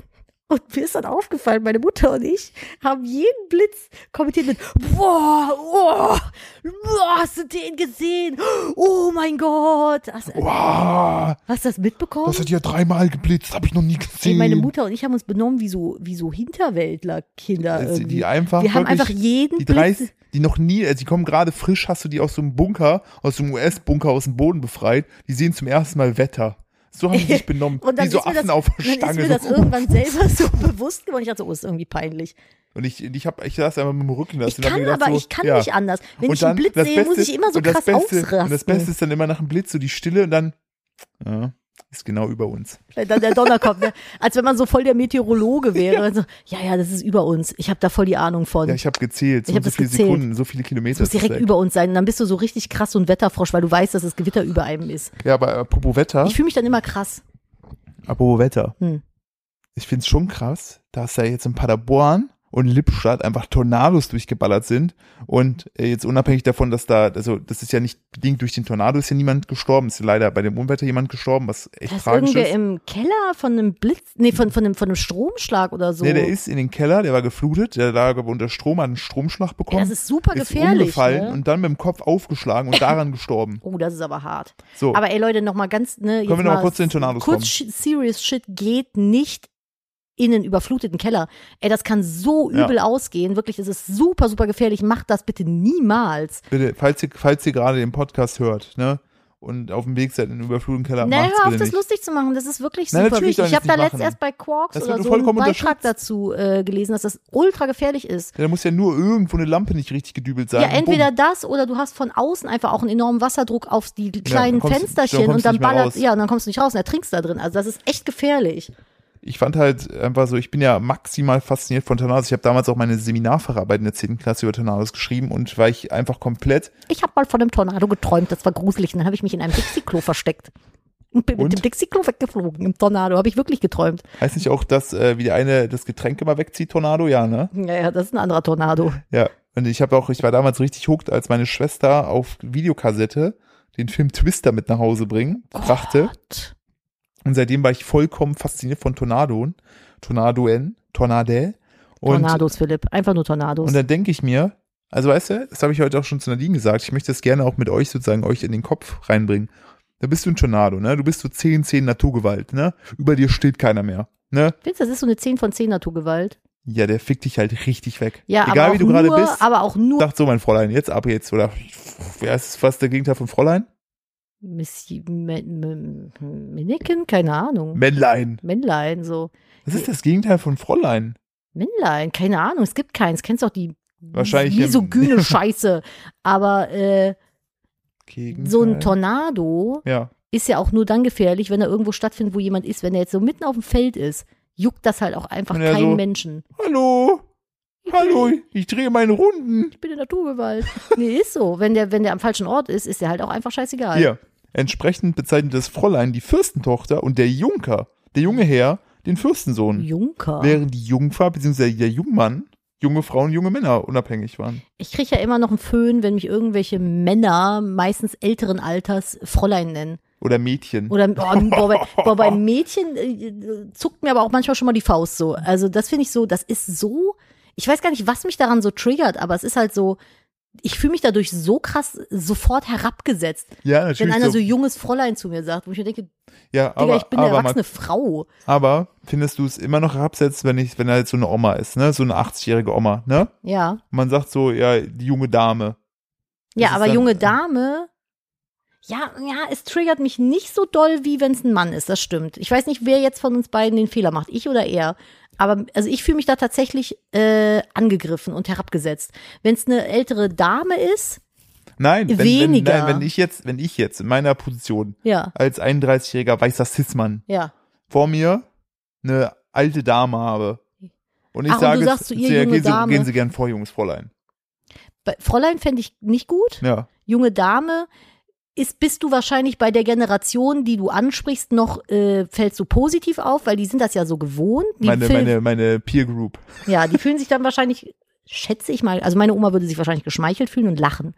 Speaker 2: Und mir ist dann aufgefallen, meine Mutter und ich haben jeden Blitz kommentiert mit Boah, oh, oh, hast du den gesehen? Oh mein Gott. Hast,
Speaker 1: Wow,
Speaker 2: hast du das mitbekommen?
Speaker 1: das hat ja dreimal geblitzt, habe ich noch nie
Speaker 2: Ey,
Speaker 1: gesehen.
Speaker 2: meine Mutter und ich haben uns benommen wie so, wie so Hinterwäldler-Kinder.
Speaker 1: Also
Speaker 2: irgendwie.
Speaker 1: die einfach
Speaker 2: wir haben
Speaker 1: wirklich-
Speaker 2: einfach jeden
Speaker 1: Die
Speaker 2: Blitz-
Speaker 1: 30, die noch nie, also die kommen gerade frisch, hast du die aus so einem Bunker, aus so einem US-Bunker aus dem Boden befreit, die sehen zum ersten Mal Wetter. So haben die sich benommen.
Speaker 2: Und dann,
Speaker 1: wie so
Speaker 2: ist mir,
Speaker 1: Affen
Speaker 2: das,
Speaker 1: auf der
Speaker 2: dann ist
Speaker 1: Stange.
Speaker 2: mir das
Speaker 1: so.
Speaker 2: irgendwann selber so bewusst geworden. Ich dachte so, oh, ist irgendwie peinlich.
Speaker 1: Und ich, ich, hab, ich saß einfach mit dem Rücken
Speaker 2: Ich
Speaker 1: dazu und hab
Speaker 2: kann
Speaker 1: mir gedacht,
Speaker 2: aber,
Speaker 1: so,
Speaker 2: ich kann
Speaker 1: ja.
Speaker 2: nicht anders. Wenn
Speaker 1: und
Speaker 2: ich
Speaker 1: dann,
Speaker 2: einen Blitz
Speaker 1: das
Speaker 2: sehe,
Speaker 1: Beste,
Speaker 2: muss ich immer so
Speaker 1: und das
Speaker 2: krass
Speaker 1: Beste, Und das
Speaker 2: ausrasten.
Speaker 1: Beste ist dann immer nach dem Blitz so die Stille und dann, ja, ist genau über uns.
Speaker 2: Wenn dann der Donner kommt. Ne? Als wenn man so voll der Meteorologe wäre. So, ja, ja, das ist über uns. Ich habe da voll die Ahnung von.
Speaker 1: Ja, ich habe gezählt, so,
Speaker 2: Ich hab
Speaker 1: und so
Speaker 2: das
Speaker 1: viele
Speaker 2: gezählt.
Speaker 1: Sekunden, so viele Kilometer.
Speaker 2: das muss
Speaker 1: ist
Speaker 2: direkt
Speaker 1: weg.
Speaker 2: über uns sein. Und dann bist du so richtig krass so ein Wetterfrosch, weil du weißt, dass das Gewitter über einem ist.
Speaker 1: Ja, aber apropos Wetter,
Speaker 2: Ich fühle mich dann immer krass.
Speaker 1: apropos Wetter.
Speaker 2: Hm.
Speaker 1: ich finde es schon krass, dass da jetzt in Paderborn und Lippstadt einfach Tornados durchgeballert sind. Und äh, jetzt unabhängig davon, dass da, also das ist ja nicht bedingt durch den Tornado, ist ja niemand gestorben. Ist leider bei dem Unwetter jemand gestorben, was echt
Speaker 2: Da ist
Speaker 1: tragisch
Speaker 2: irgendwer
Speaker 1: ist.
Speaker 2: im Keller von einem Blitz, nee, von, von, einem, von einem Stromschlag oder so.
Speaker 1: Nee, der ist in den Keller, der war geflutet, der lag aber unter Strom, hat einen Stromschlag
Speaker 2: Ey,
Speaker 1: bekommen.
Speaker 2: das ist super
Speaker 1: um- ist
Speaker 2: gefährlich.
Speaker 1: umgefallen
Speaker 2: ne?
Speaker 1: und dann mit dem Kopf aufgeschlagen und daran gestorben.
Speaker 2: Oh, das ist aber hart.
Speaker 1: So,
Speaker 2: Aber ey Leute, nochmal ganz, ne, jetzt
Speaker 1: Oh. wir noch mal kurz zu den Tornados kommen?
Speaker 2: kurz sh- serious shit geht nicht in einen überfluteten Keller. Ey, das kann so
Speaker 1: Ja.
Speaker 2: übel ausgehen. Wirklich, es ist super, super gefährlich. Macht das bitte niemals.
Speaker 1: bitte, falls ihr, falls ihr gerade den Podcast hört, ne, und auf dem Weg seid in den überfluteten Keller,
Speaker 2: Na,
Speaker 1: macht's
Speaker 2: hör auf,
Speaker 1: bitte
Speaker 2: das
Speaker 1: nicht.
Speaker 2: lustig zu machen. Das ist wirklich
Speaker 1: Nein,
Speaker 2: super
Speaker 1: natürlich
Speaker 2: wichtig.
Speaker 1: sollen
Speaker 2: Ich
Speaker 1: wir
Speaker 2: habe
Speaker 1: es
Speaker 2: da
Speaker 1: nicht
Speaker 2: letztens
Speaker 1: machen.
Speaker 2: erst bei Quarks
Speaker 1: Das
Speaker 2: oder
Speaker 1: wird
Speaker 2: so einen
Speaker 1: vollkommen
Speaker 2: Beitrag
Speaker 1: unterschätzt.
Speaker 2: dazu äh, gelesen, dass das ultra gefährlich ist.
Speaker 1: Ja, da muss ja nur irgendwo eine Lampe nicht richtig gedübelt sein.
Speaker 2: Ja,
Speaker 1: und bumm.
Speaker 2: entweder das oder du hast von außen einfach auch einen enormen Wasserdruck auf die
Speaker 1: dann
Speaker 2: kleinen
Speaker 1: kommst-
Speaker 2: Fensterchen
Speaker 1: dann
Speaker 2: und
Speaker 1: kommst
Speaker 2: dann
Speaker 1: du nicht mehr
Speaker 2: ballert,
Speaker 1: raus.
Speaker 2: ja, und dann kommst du nicht raus und ertrinkst da drin. Also das ist echt gefährlich.
Speaker 1: ich fand halt einfach so, ich bin ja maximal fasziniert von Tornados. Ich habe damals auch meine Seminarfacharbeit in der 10. Klasse über Tornados geschrieben und weil ich einfach komplett,
Speaker 2: Ich habe mal von einem Tornado geträumt, das war gruselig. Und dann habe ich mich in einem Dixie-Klo versteckt. Und bin
Speaker 1: Und?
Speaker 2: mit dem Dixie-Klo weggeflogen im Tornado. Habe ich wirklich geträumt.
Speaker 1: weiß nicht auch, dass äh, wie der eine das Getränk immer wegzieht, Tornado, ja, ne?
Speaker 2: Ja, ja, das ist ein anderer Tornado.
Speaker 1: Ja. Und ich habe auch, ich war damals richtig hooked, als meine Schwester auf Videokassette den Film Twister mit nach Hause bringen,
Speaker 2: Oh.
Speaker 1: brachte.
Speaker 2: Gott.
Speaker 1: Und seitdem war ich vollkommen fasziniert von Tornadoen, Tornadoen, Tornade. Und
Speaker 2: Tornados, Philipp. Einfach nur Tornados.
Speaker 1: Und dann denke ich mir, also weißt du, das habe ich heute auch schon zu Nadine gesagt, ich möchte das gerne auch mit euch sozusagen euch in den Kopf reinbringen. Da bist du ein Tornado, ne? Du bist so 10, 10 Naturgewalt, ne? Über dir steht keiner mehr, ne?
Speaker 2: Findest du, das ist so eine 10 von 10 Naturgewalt?
Speaker 1: Ja, der fickt dich halt richtig weg.
Speaker 2: Ja,
Speaker 1: Egal
Speaker 2: aber auch
Speaker 1: wie du
Speaker 2: nur,
Speaker 1: gerade bist,
Speaker 2: aber auch nur
Speaker 1: sagt so mein Fräulein, jetzt ab jetzt. Oder wer ist fast der Gegenteil von Fräulein?
Speaker 2: Missi- Me- Me- Männchen? Keine Ahnung.
Speaker 1: Männlein.
Speaker 2: Männlein, so.
Speaker 1: Das ist das Gegenteil von Fräulein.
Speaker 2: Männlein, keine Ahnung, es gibt keins. Kennst doch die
Speaker 1: Wahrscheinlich-
Speaker 2: misogyne Scheiße. Aber äh,
Speaker 1: Gegenteil.
Speaker 2: so ein Tornado
Speaker 1: Ja.
Speaker 2: ist ja auch nur dann gefährlich, wenn er irgendwo stattfindet, wo jemand ist. Wenn er jetzt so mitten auf dem Feld ist, juckt das halt auch einfach
Speaker 1: Wenn er
Speaker 2: keinen
Speaker 1: so-
Speaker 2: Menschen.
Speaker 1: Hallo. Hallo, ich drehe meine Runden.
Speaker 2: Ich bin in Naturgewalt. nee, ist so. Wenn der, wenn der am falschen Ort ist, ist der halt auch einfach scheißegal.
Speaker 1: Hier, entsprechend bezeichnet das Fräulein die Fürstentochter und der Junker, der junge Herr, den Fürstensohn.
Speaker 2: Junker.
Speaker 1: Während die Jungfer bzw. der Jungmann junge Frauen, junge Männer unabhängig waren.
Speaker 2: Ich kriege ja immer noch einen Föhn, wenn mich irgendwelche Männer, meistens älteren Alters, Fräulein nennen.
Speaker 1: Oder Mädchen.
Speaker 2: Oder boah, boah, bei, boah, bei Mädchen äh, zuckt mir aber auch manchmal schon mal die Faust so. Also das finde ich so, das ist so, ich weiß gar nicht, was mich daran so triggert, aber es ist halt so, ich fühle mich dadurch so krass sofort herabgesetzt.
Speaker 1: ja, natürlich.
Speaker 2: Wenn einer so
Speaker 1: so,
Speaker 2: junges Fräulein zu mir sagt, wo ich mir denke,
Speaker 1: ja,
Speaker 2: Digga,
Speaker 1: aber,
Speaker 2: ich bin eine
Speaker 1: aber, man,
Speaker 2: erwachsene Frau.
Speaker 1: aber findest du es immer noch herabsetzt, wenn ich, wenn halt so eine Oma ist, ne? So eine 80-jährige Oma, ne?
Speaker 2: Ja.
Speaker 1: Und man sagt so, ja, die junge Dame.
Speaker 2: Ja,
Speaker 1: ist
Speaker 2: aber
Speaker 1: dann- äh,
Speaker 2: junge Dame. Ja, ja, es triggert mich nicht so doll, wie wenn es ein Mann ist, das stimmt. Ich weiß nicht, wer jetzt von uns beiden den Fehler macht, ich oder er. Aber also ich fühle mich da tatsächlich äh, angegriffen und herabgesetzt. Wenn es eine ältere Dame ist,
Speaker 1: Nein, wenn, wenn,
Speaker 2: Weniger.
Speaker 1: nein, wenn ich jetzt, wenn ich jetzt in meiner Position
Speaker 2: ja,
Speaker 1: als 31-jähriger weißer Cis-Mann
Speaker 2: ja.
Speaker 1: vor mir eine alte Dame habe. Und ich
Speaker 2: Ach, und
Speaker 1: sage,
Speaker 2: du sagst zu ihr,
Speaker 1: sehr,
Speaker 2: junge
Speaker 1: gehen, Sie,
Speaker 2: Dame.
Speaker 1: gehen Sie gern vor, junges Fräulein.
Speaker 2: Bei Fräulein fände ich nicht gut.
Speaker 1: Ja,
Speaker 2: Junge Dame ist, bist du wahrscheinlich bei der Generation, die du ansprichst, noch äh, fällst du positiv auf, weil die sind das ja so gewohnt. Die
Speaker 1: meine,
Speaker 2: Film-
Speaker 1: meine, meine Peer Group.
Speaker 2: Ja, die fühlen sich dann wahrscheinlich, schätze ich mal, also meine Oma würde sich wahrscheinlich geschmeichelt fühlen und lachen.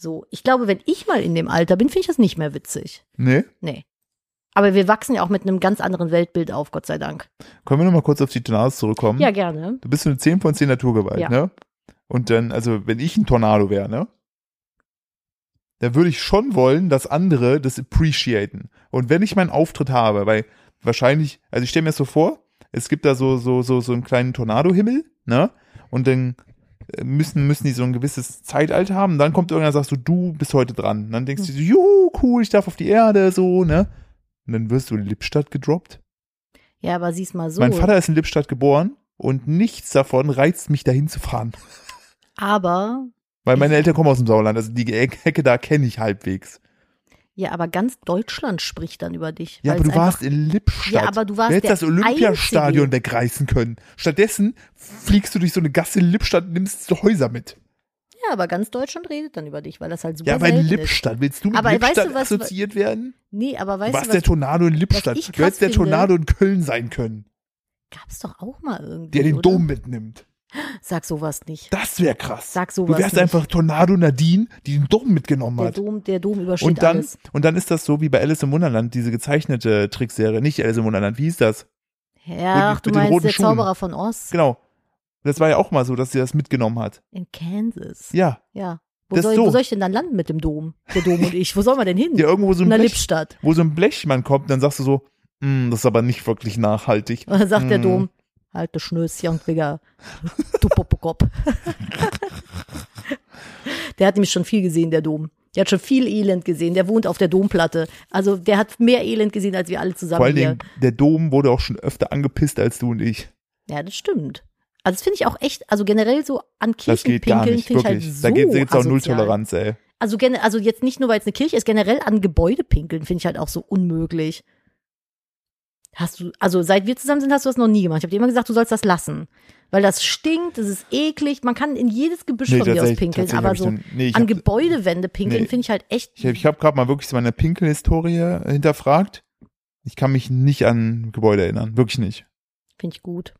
Speaker 2: So, ich glaube, wenn ich mal in dem Alter bin, finde ich das nicht mehr witzig.
Speaker 1: Nee?
Speaker 2: Nee. Aber wir wachsen ja auch mit einem ganz anderen Weltbild auf, Gott sei Dank.
Speaker 1: Können wir nochmal kurz auf die Tornados zurückkommen?
Speaker 2: Ja, gerne.
Speaker 1: Du bist so eine 10 von 10 Naturgewalt,
Speaker 2: Ja.
Speaker 1: ne? Und dann, also wenn ich ein Tornado wäre, ne? Dann würde ich schon wollen, dass andere das appreciaten. Und wenn ich meinen Auftritt habe, weil wahrscheinlich, also ich stelle mir das so vor, es gibt da so, so, so, so einen kleinen Tornadohimmel, ne? Und dann äh, müssen, müssen die so ein gewisses Zeitalter haben. Dann kommt irgendwer und sagt so, du bist heute dran. Und dann denkst du so, juhu, cool, ich darf auf die Erde, so, ne? Und dann wirst du in Lippstadt gedroppt.
Speaker 2: Ja, aber sieh's mal so.
Speaker 1: Mein Vater ist in Lippstadt geboren und nichts davon reizt mich, dahin zu fahren.
Speaker 2: aber,
Speaker 1: Weil meine Eltern kommen aus dem Sauerland, also die Eck- Ecke da kenne ich halbwegs.
Speaker 2: ja, aber ganz Deutschland spricht dann über dich.
Speaker 1: Ja,
Speaker 2: weil
Speaker 1: aber du
Speaker 2: es einfach-
Speaker 1: warst in Lippstadt.
Speaker 2: Ja, aber du warst
Speaker 1: Du hättest
Speaker 2: der
Speaker 1: das Olympiastadion
Speaker 2: Einzige.
Speaker 1: wegreißen können. Stattdessen fliegst du durch so eine Gasse in Lippstadt und nimmst Häuser mit.
Speaker 2: Ja, aber ganz Deutschland redet dann über dich, weil das halt super
Speaker 1: Ja, aber in
Speaker 2: selten
Speaker 1: Lippstadt. Willst du mit
Speaker 2: Aber weißt du,
Speaker 1: Lippstadt
Speaker 2: was-
Speaker 1: assoziiert werden?
Speaker 2: ist. Nee, aber
Speaker 1: Du
Speaker 2: weißt
Speaker 1: warst
Speaker 2: du,
Speaker 1: der
Speaker 2: was,
Speaker 1: Tornado in Lippstadt.
Speaker 2: ich
Speaker 1: Du hättest
Speaker 2: krass
Speaker 1: der
Speaker 2: finde?
Speaker 1: Tornado in Köln sein können,
Speaker 2: gab's doch auch mal irgendwie,
Speaker 1: der den
Speaker 2: oder?
Speaker 1: Dom mitnimmt.
Speaker 2: Sag sowas nicht.
Speaker 1: Das wäre krass.
Speaker 2: Sag
Speaker 1: du
Speaker 2: sowas
Speaker 1: wärst
Speaker 2: nicht.
Speaker 1: einfach Tornado Nadine, die den Dom mitgenommen
Speaker 2: Der
Speaker 1: hat.
Speaker 2: Dom, der Dom übersteht
Speaker 1: Und dann,
Speaker 2: alles.
Speaker 1: und dann ist das so wie bei Alice im Wunderland, diese gezeichnete Trickserie. Nicht Alice im Wunderland, wie hieß das?
Speaker 2: Ja, ach,
Speaker 1: mit
Speaker 2: du
Speaker 1: den
Speaker 2: meinst
Speaker 1: roten
Speaker 2: der
Speaker 1: Schuhen.
Speaker 2: Zauberer von Oz
Speaker 1: Genau. Das war ja auch mal so, dass sie das mitgenommen hat.
Speaker 2: in Kansas.
Speaker 1: Ja.
Speaker 2: Ja. Wo
Speaker 1: Das
Speaker 2: soll,
Speaker 1: so.
Speaker 2: wo soll ich denn dann landen mit dem Dom? Der Dom und ich. Wo sollen wir denn hin?
Speaker 1: Ja, irgendwo so ein
Speaker 2: In der
Speaker 1: Blech,
Speaker 2: Lippstadt.
Speaker 1: wo so ein Blechmann kommt, dann sagst du so, "Hm, das ist aber nicht wirklich nachhaltig.
Speaker 2: Und dann sagt der
Speaker 1: Mm.
Speaker 2: Dom, halt du Schnöschen, Digga. Du Popokop. der hat nämlich schon viel gesehen, der Dom. Der hat schon viel Elend gesehen. Der wohnt auf der Domplatte. Also der hat mehr Elend gesehen, als wir alle zusammen
Speaker 1: Vor allen
Speaker 2: hier.
Speaker 1: Dingen, der Dom wurde auch schon öfter angepisst als du und ich.
Speaker 2: Ja, das stimmt. Also das finde ich auch echt, also generell so an
Speaker 1: Das
Speaker 2: Kirchen
Speaker 1: geht gar
Speaker 2: pinkeln
Speaker 1: nicht,
Speaker 2: finde ich halt
Speaker 1: wirklich.
Speaker 2: so
Speaker 1: da geht es auch null
Speaker 2: asozial.
Speaker 1: Toleranz, ey.
Speaker 2: Also, gene- also jetzt nicht nur, weil es eine Kirche ist, generell an Gebäude pinkeln finde ich halt auch so unmöglich. Hast du, also seit wir zusammen sind, hast du das noch nie gemacht. Ich habe dir immer gesagt, du sollst das lassen. Weil das stinkt, es ist eklig, man kann in jedes Gebüsch von mir aus pinkeln,
Speaker 1: hab
Speaker 2: aber
Speaker 1: ich
Speaker 2: so
Speaker 1: dann- nee, ich
Speaker 2: an
Speaker 1: hab,
Speaker 2: Gebäudewände pinkeln
Speaker 1: Nee.
Speaker 2: finde ich halt echt.
Speaker 1: ich hab, ich hab gerade mal wirklich so meine Pinkelhistorie hinterfragt. Ich kann mich nicht an Gebäude erinnern. Wirklich nicht.
Speaker 2: Finde ich gut.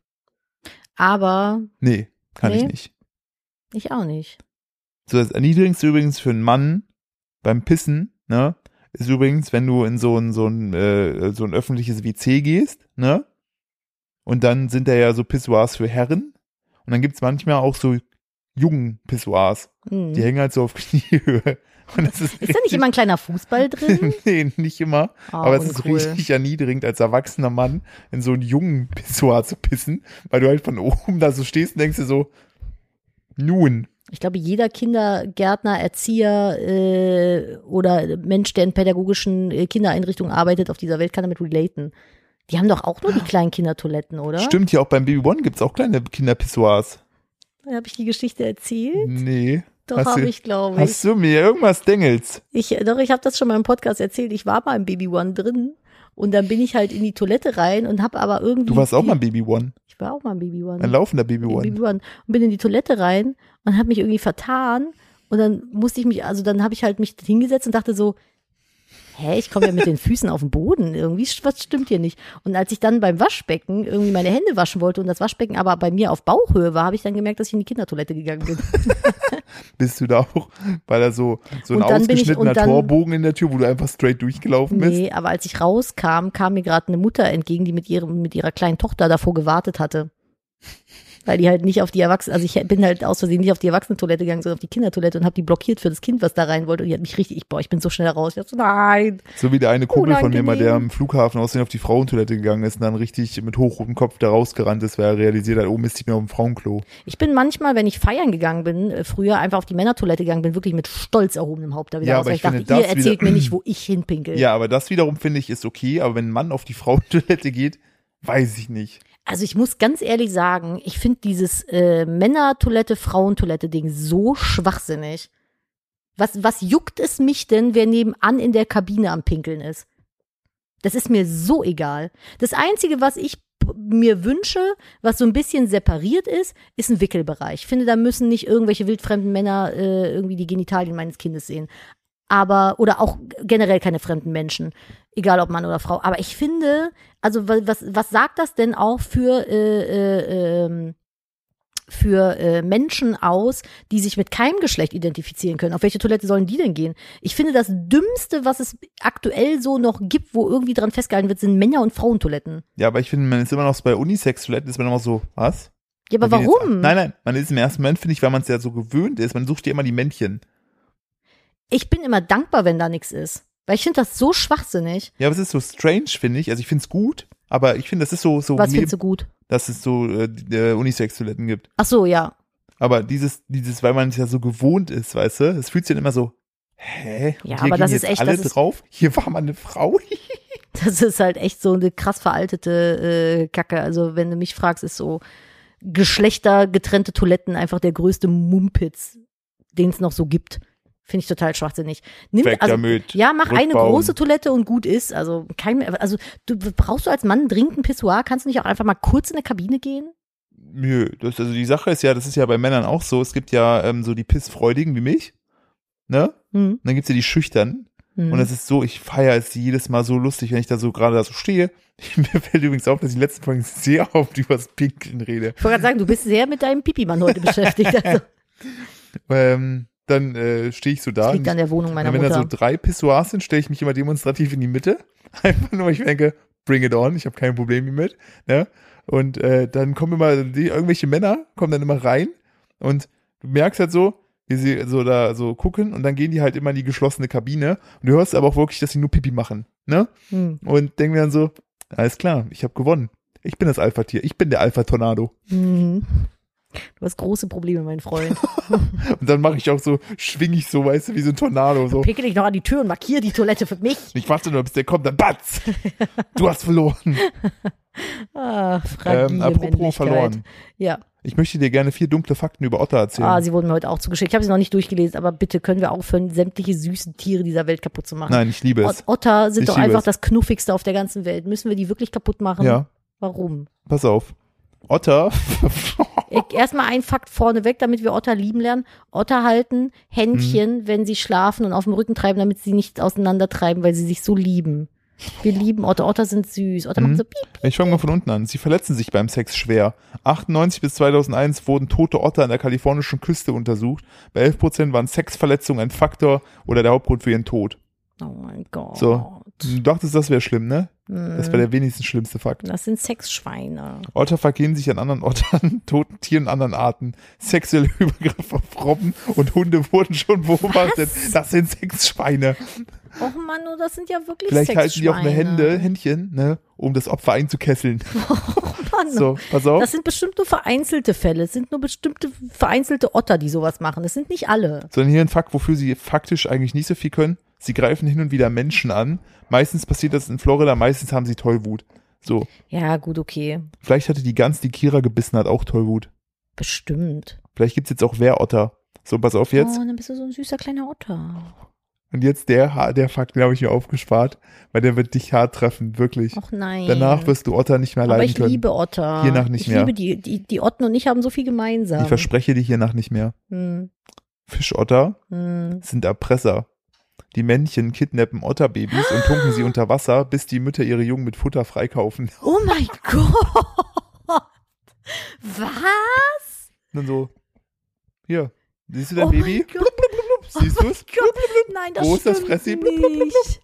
Speaker 2: Aber
Speaker 1: Nee, kann ich
Speaker 2: Nee.
Speaker 1: nicht.
Speaker 2: ich auch nicht.
Speaker 1: So, das Erniedrigendste übrigens für einen Mann beim Pissen, ne, ist übrigens, wenn du in so ein, so ein, äh, so ein öffentliches WC gehst, ne, und dann sind da ja so Pissoirs für Herren. Und dann gibt's manchmal auch so jungen Pissoirs.
Speaker 2: Hm.
Speaker 1: Die hängen halt so auf Kniehöhe. Und das ist,
Speaker 2: Ist da nicht immer ein kleiner Fußball drin?
Speaker 1: Nee, nicht immer.
Speaker 2: Oh,
Speaker 1: aber es ist
Speaker 2: uncool.
Speaker 1: richtig erniedrigend, als erwachsener Mann in so einen jungen Pissoir zu pissen, weil du halt von oben da so stehst und denkst dir so, nun,
Speaker 2: Ich glaube, jeder Kindergärtner, Erzieher äh, oder Mensch, der in pädagogischen äh, Kindereinrichtungen arbeitet auf dieser Welt, kann damit relaten. Die haben doch auch nur die kleinen Kindertoiletten, oder?
Speaker 1: Ah. Stimmt, ja, auch beim Baby One gibt's auch kleine Kinderpissoirs.
Speaker 2: Habe ich die Geschichte erzählt?
Speaker 1: Nee.
Speaker 2: Doch,
Speaker 1: Hast du-
Speaker 2: habe ich, glaube ich.
Speaker 1: Hast du mir irgendwas dengels?
Speaker 2: ich. Doch, ich habe das schon mal im Podcast erzählt. Ich war mal im Baby One drin und dann bin ich halt in die Toilette rein und habe aber irgendwie.
Speaker 1: Du warst auch
Speaker 2: die-
Speaker 1: mal ein Baby One.
Speaker 2: Ich war auch mal im Baby One.
Speaker 1: Ein laufender Baby
Speaker 2: in
Speaker 1: One.
Speaker 2: Baby One und bin in die Toilette rein und habe mich irgendwie vertan und dann musste ich mich, also dann habe ich halt mich hingesetzt und dachte so, hä, ich komme ja mit den Füßen auf den Boden, irgendwie sch- was stimmt hier nicht. Und als ich dann beim Waschbecken irgendwie meine Hände waschen wollte und das Waschbecken aber bei mir auf Bauchhöhe war, habe ich dann gemerkt, dass ich in die Kindertoilette gegangen bin.
Speaker 1: Bist du da auch, weil da so, so ein
Speaker 2: Und dann bin ich-
Speaker 1: ausgeschnittener
Speaker 2: und dann-
Speaker 1: Torbogen in der Tür, wo du einfach straight durchgelaufen bist?
Speaker 2: Nee, aber als ich rauskam, kam mir gerade eine Mutter entgegen, die mit, ihrem, mit ihrer kleinen Tochter davor gewartet hatte. Weil die halt nicht auf die Erwachsenen, also ich bin halt aus Versehen nicht auf die Erwachsenentoilette gegangen, sondern auf die Kindertoilette und habe die blockiert für das Kind, was da rein wollte. Und die hat mich richtig, ich, boah, ich bin so schnell raus. Ich hab so, nein.
Speaker 1: So wie der eine Kumpel von mir mal, der am
Speaker 2: Unangenehm.
Speaker 1: Flughafen aussehen auf die Frauentoilette gegangen ist und dann richtig mit hochrotem Kopf da rausgerannt ist, weil er realisiert hat, oh Mist, ich bin auf dem Frauenklo.
Speaker 2: Ich bin manchmal, wenn ich feiern gegangen bin, äh, früher einfach auf die Männertoilette gegangen bin, wirklich mit stolz erhobenem Haupt da wieder
Speaker 1: Ja,
Speaker 2: raus.
Speaker 1: aber
Speaker 2: weil
Speaker 1: ich finde
Speaker 2: dachte, ihr
Speaker 1: das
Speaker 2: erzählt
Speaker 1: wieder-
Speaker 2: mir nicht, wo ich hinpinkel.
Speaker 1: Ja, aber das wiederum finde ich ist okay, aber wenn ein Mann auf die Frauentoilette geht, weiß ich nicht.
Speaker 2: Also ich muss ganz ehrlich sagen, ich finde dieses äh, Männer-Toilette, Frauentoilette-Ding so schwachsinnig. Was, was juckt es mich denn, wer nebenan in der Kabine am Pinkeln ist? Das ist mir so egal. Das Einzige, was ich b- mir wünsche, was so ein bisschen separiert ist, ist ein Wickelbereich. Ich finde, da müssen nicht irgendwelche wildfremden Männer äh, irgendwie die Genitalien meines Kindes sehen. Aber, oder auch generell keine fremden Menschen, egal ob Mann oder Frau. Aber ich finde, also wa- was, was sagt das denn auch für, äh, äh, ähm, für äh, Menschen aus, die sich mit keinem Geschlecht identifizieren können? Auf welche Toilette sollen die denn gehen? Ich finde, das Dümmste, was es aktuell so noch gibt, wo irgendwie dran festgehalten wird, sind Männer- und Frauentoiletten.
Speaker 1: Ja, aber ich finde, man ist immer noch so bei Unisex-Toiletten, ist man immer so, was?
Speaker 2: Ja, aber
Speaker 1: Man will jetzt-
Speaker 2: warum?
Speaker 1: Nein, nein, man ist im ersten Moment, finde ich, weil man es ja so gewöhnt ist. Man sucht ja immer die Männchen.
Speaker 2: Ich bin immer dankbar, wenn da nichts ist. Weil ich finde das so schwachsinnig.
Speaker 1: Ja, aber es ist so strange, finde ich. Also ich finde es gut, aber ich finde, das ist so, so
Speaker 2: Was
Speaker 1: neben-
Speaker 2: findest du gut?
Speaker 1: dass es so äh, die- äh, Unisex-Toiletten gibt.
Speaker 2: Ach so, ja.
Speaker 1: Aber dieses, dieses, weil man es ja so gewohnt ist, weißt du, es fühlt sich dann immer so, hä? Und
Speaker 2: Ja,
Speaker 1: hier
Speaker 2: aber
Speaker 1: gehen
Speaker 2: das
Speaker 1: jetzt
Speaker 2: ist echt-
Speaker 1: alle
Speaker 2: das ist-
Speaker 1: drauf? Hier war mal eine Frau?
Speaker 2: Das ist halt echt so eine krass veraltete äh, Kacke. Also, wenn du mich fragst, ist so geschlechtergetrennte Toiletten einfach der größte Mumpitz, den es noch so gibt. Finde ich total schwachsinnig. Nimmt
Speaker 1: Weg
Speaker 2: also,
Speaker 1: damit.
Speaker 2: Ja, mach eine
Speaker 1: Rückbauen.
Speaker 2: große Toilette und gut ist. Also, kein, also du brauchst du als Mann dringend ein Pissoir? Kannst du nicht auch einfach mal kurz in eine Kabine gehen?
Speaker 1: Nö, das, also die Sache ist ja, das ist ja bei Männern auch so. Es gibt ja ähm, so die Pissfreudigen wie mich, ne?
Speaker 2: Hm.
Speaker 1: Und dann gibt's ja die Schüchternen.
Speaker 2: Hm.
Speaker 1: Und das ist so, ich feiere es jedes Mal so lustig, wenn ich da so gerade da so stehe. Mir fällt übrigens auf, dass ich letzten Folgen sehr oft über das Pinkeln rede.
Speaker 2: ich wollte gerade sagen, du bist sehr mit deinem Pipi-Mann heute beschäftigt. Also,
Speaker 1: Ähm, dann äh, stehe ich so da.
Speaker 2: das
Speaker 1: und
Speaker 2: liegt an der Wohnung meiner
Speaker 1: wenn
Speaker 2: Mutter.
Speaker 1: da so drei Pissoirs sind, stelle ich mich immer demonstrativ in die Mitte. Einfach nur, weil ich mir denke, bring it on, ich habe kein Problem damit. Ne? Und äh, dann kommen immer die, irgendwelche Männer, kommen dann immer rein und du merkst halt so, wie sie so da so gucken und dann gehen die halt immer in die geschlossene Kabine und du hörst aber auch wirklich, dass sie nur Pipi machen. Ne?
Speaker 2: hm.
Speaker 1: Und denken wir dann so, alles klar, ich habe gewonnen. Ich bin das Alpha-Tier, ich bin der Alpha-Tornado.
Speaker 2: Mhm. Du hast große Probleme, mein Freund.
Speaker 1: Und dann mache ich auch so, schwing ich so, weißt du, wie so ein Tornado. So.
Speaker 2: Pickel dich noch an die Tür und markiere die Toilette für mich.
Speaker 1: Ich warte nur, bis der kommt, dann batz! Du hast verloren.
Speaker 2: Ah, fragile
Speaker 1: Ähm, apropos
Speaker 2: Männlichkeit.
Speaker 1: verloren.
Speaker 2: Ja,
Speaker 1: Ich möchte dir gerne vier dunkle Fakten über Otter erzählen.
Speaker 2: ah, sie wurden mir heute auch zugeschickt. Ich habe sie noch nicht durchgelesen, aber bitte können wir aufhören, sämtliche süßen Tiere dieser Welt kaputt zu machen.
Speaker 1: Nein, ich liebe es.
Speaker 2: Ot- Otter sind
Speaker 1: Ich
Speaker 2: doch
Speaker 1: liebe
Speaker 2: einfach
Speaker 1: es.
Speaker 2: das Knuffigste auf der ganzen Welt. Müssen wir die wirklich kaputt machen?
Speaker 1: Ja,
Speaker 2: Warum?
Speaker 1: pass auf. Otter,
Speaker 2: Ich- Erstmal ein Fakt vorneweg, damit wir Otter lieben lernen. Otter halten
Speaker 1: Mhm.
Speaker 2: Händchen, wenn sie schlafen und auf dem Rücken treiben, damit sie nicht auseinandertreiben, weil sie sich so lieben. Wir lieben Otter. Otter sind süß.
Speaker 1: Mhm.
Speaker 2: Otter machen so piep.
Speaker 1: ich fange mal von unten an. Sie verletzen sich beim Sex schwer. 98 bis 2001 wurden tote Otter an der kalifornischen Küste untersucht. Bei 11% waren Sexverletzungen ein Faktor oder der Hauptgrund für ihren Tod.
Speaker 2: Oh mein Gott. Mhm.
Speaker 1: So. Du dachtest, das wäre schlimm, ne? Das wäre der wenigstens schlimmste Fakt.
Speaker 2: Das sind Sexschweine.
Speaker 1: Otter vergehen sich an anderen Ottern, toten Tieren, anderen Arten. Sexuelle Übergriffe auf Robben und Hunde wurden schon beobachtet. Das sind Sexschweine.
Speaker 2: Och Mann, oh, das sind ja wirklich
Speaker 1: Vielleicht halten die auch eine
Speaker 2: Sexschweine.
Speaker 1: Hände, Händchen, ne, um das Opfer einzukesseln.
Speaker 2: Oh Mann,
Speaker 1: So, pass auf.
Speaker 2: Das sind bestimmt nur vereinzelte Fälle. Es sind nur bestimmte vereinzelte Otter, die sowas machen. Es sind nicht alle.
Speaker 1: Sondern hier ein Fakt, wofür sie faktisch eigentlich nicht so viel können. Sie greifen hin und wieder Menschen an. Meistens passiert das in Florida, meistens haben sie Tollwut. So,
Speaker 2: Ja, gut, okay.
Speaker 1: vielleicht hatte die Gans, die Kira gebissen hat, auch Tollwut.
Speaker 2: Bestimmt.
Speaker 1: Vielleicht gibt's jetzt auch Wehrotter. So, pass auf jetzt.
Speaker 2: Oh, dann bist du so ein süßer kleiner Otter.
Speaker 1: Und jetzt der, Ha- der Fakt, den habe ich mir aufgespart, weil der wird dich hart treffen, wirklich.
Speaker 2: Och nein.
Speaker 1: Danach wirst du Otter nicht mehr
Speaker 2: Aber
Speaker 1: leiden
Speaker 2: ich
Speaker 1: können.
Speaker 2: liebe Otter.
Speaker 1: Hiernach nicht
Speaker 2: ich
Speaker 1: mehr.
Speaker 2: liebe die, die, die Otten und ich haben so viel gemeinsam.
Speaker 1: Ich verspreche dir hiernach nicht mehr.
Speaker 2: Hm,
Speaker 1: Fischotter
Speaker 2: hm.
Speaker 1: sind Erpresser. Die Männchen kidnappen Otterbabys und tunken sie unter Wasser, bis die Mütter ihre Jungen mit Futter freikaufen.
Speaker 2: Oh mein Gott. Was?
Speaker 1: Und dann so, hier, Siehst du dein
Speaker 2: Oh mein
Speaker 1: Baby?
Speaker 2: Gott.
Speaker 1: Blub, blub, blub, blub. Siehst du es?
Speaker 2: Gott, nein, das
Speaker 1: Wo ist das
Speaker 2: stimmt
Speaker 1: Fressi? Blub, blub, blub,
Speaker 2: nicht.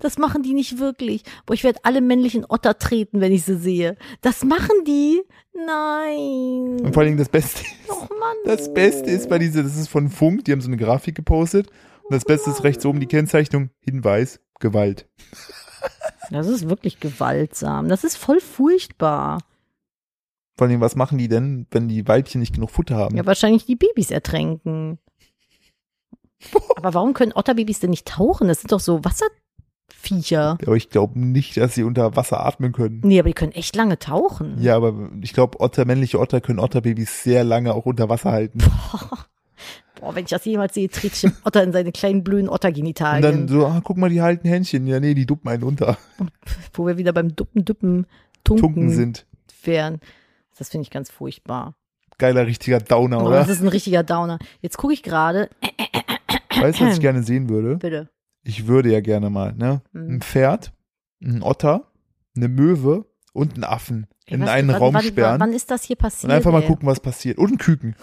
Speaker 2: Das machen die nicht wirklich. Boah, ich werde alle männlichen Otter treten, wenn ich sie sehe. Das machen die? Nein. Oh.
Speaker 1: Und vor allen Dingen das Beste ist,
Speaker 2: Och Mann.
Speaker 1: das Beste ist bei dieser, das ist von Funk, die haben so eine Grafik gepostet. Und das Beste ist rechts oben die Kennzeichnung, Hinweis, Gewalt.
Speaker 2: Das ist wirklich gewaltsam. Das ist voll furchtbar.
Speaker 1: Vor allen Dingen, was machen die denn, wenn die Weibchen nicht genug Futter haben?
Speaker 2: Ja, wahrscheinlich die Babys ertränken. Aber warum können Otterbabys denn nicht tauchen? Das sind doch so Wasserviecher.
Speaker 1: Aber ich glaube nicht, dass sie unter Wasser atmen können.
Speaker 2: Nee, aber die können echt lange tauchen.
Speaker 1: Ja, aber ich glaube, Otter, männliche Otter können Otterbabys sehr lange auch unter Wasser halten.
Speaker 2: Boah, wenn ich das jemals sehe, trete ich den Otter in seine kleinen blöden
Speaker 1: Und dann
Speaker 2: Ottergenitalien.
Speaker 1: so, ah, guck mal, die halten Händchen. Ja, nee, die duppen einen unter.
Speaker 2: Wo wir wieder beim Duppen-Duppen tunken,
Speaker 1: Tunken sind.
Speaker 2: wären. Das finde ich ganz furchtbar.
Speaker 1: Geiler, richtiger Downer,
Speaker 2: Oh, das
Speaker 1: oder?
Speaker 2: ist ein richtiger Downer. Jetzt gucke ich gerade.
Speaker 1: Weißt du, was ich gerne sehen würde?
Speaker 2: Bitte.
Speaker 1: Ich würde ja gerne mal, ne?
Speaker 2: Mhm.
Speaker 1: Ein Pferd, ein Otter, eine Möwe und einen Affen
Speaker 2: Ich
Speaker 1: in
Speaker 2: weiß
Speaker 1: einen
Speaker 2: nicht, wann-
Speaker 1: Raum
Speaker 2: wann,
Speaker 1: sperren
Speaker 2: Wann ist das hier passiert?
Speaker 1: und einfach mal
Speaker 2: ey?
Speaker 1: gucken, was passiert. Und ein Küken.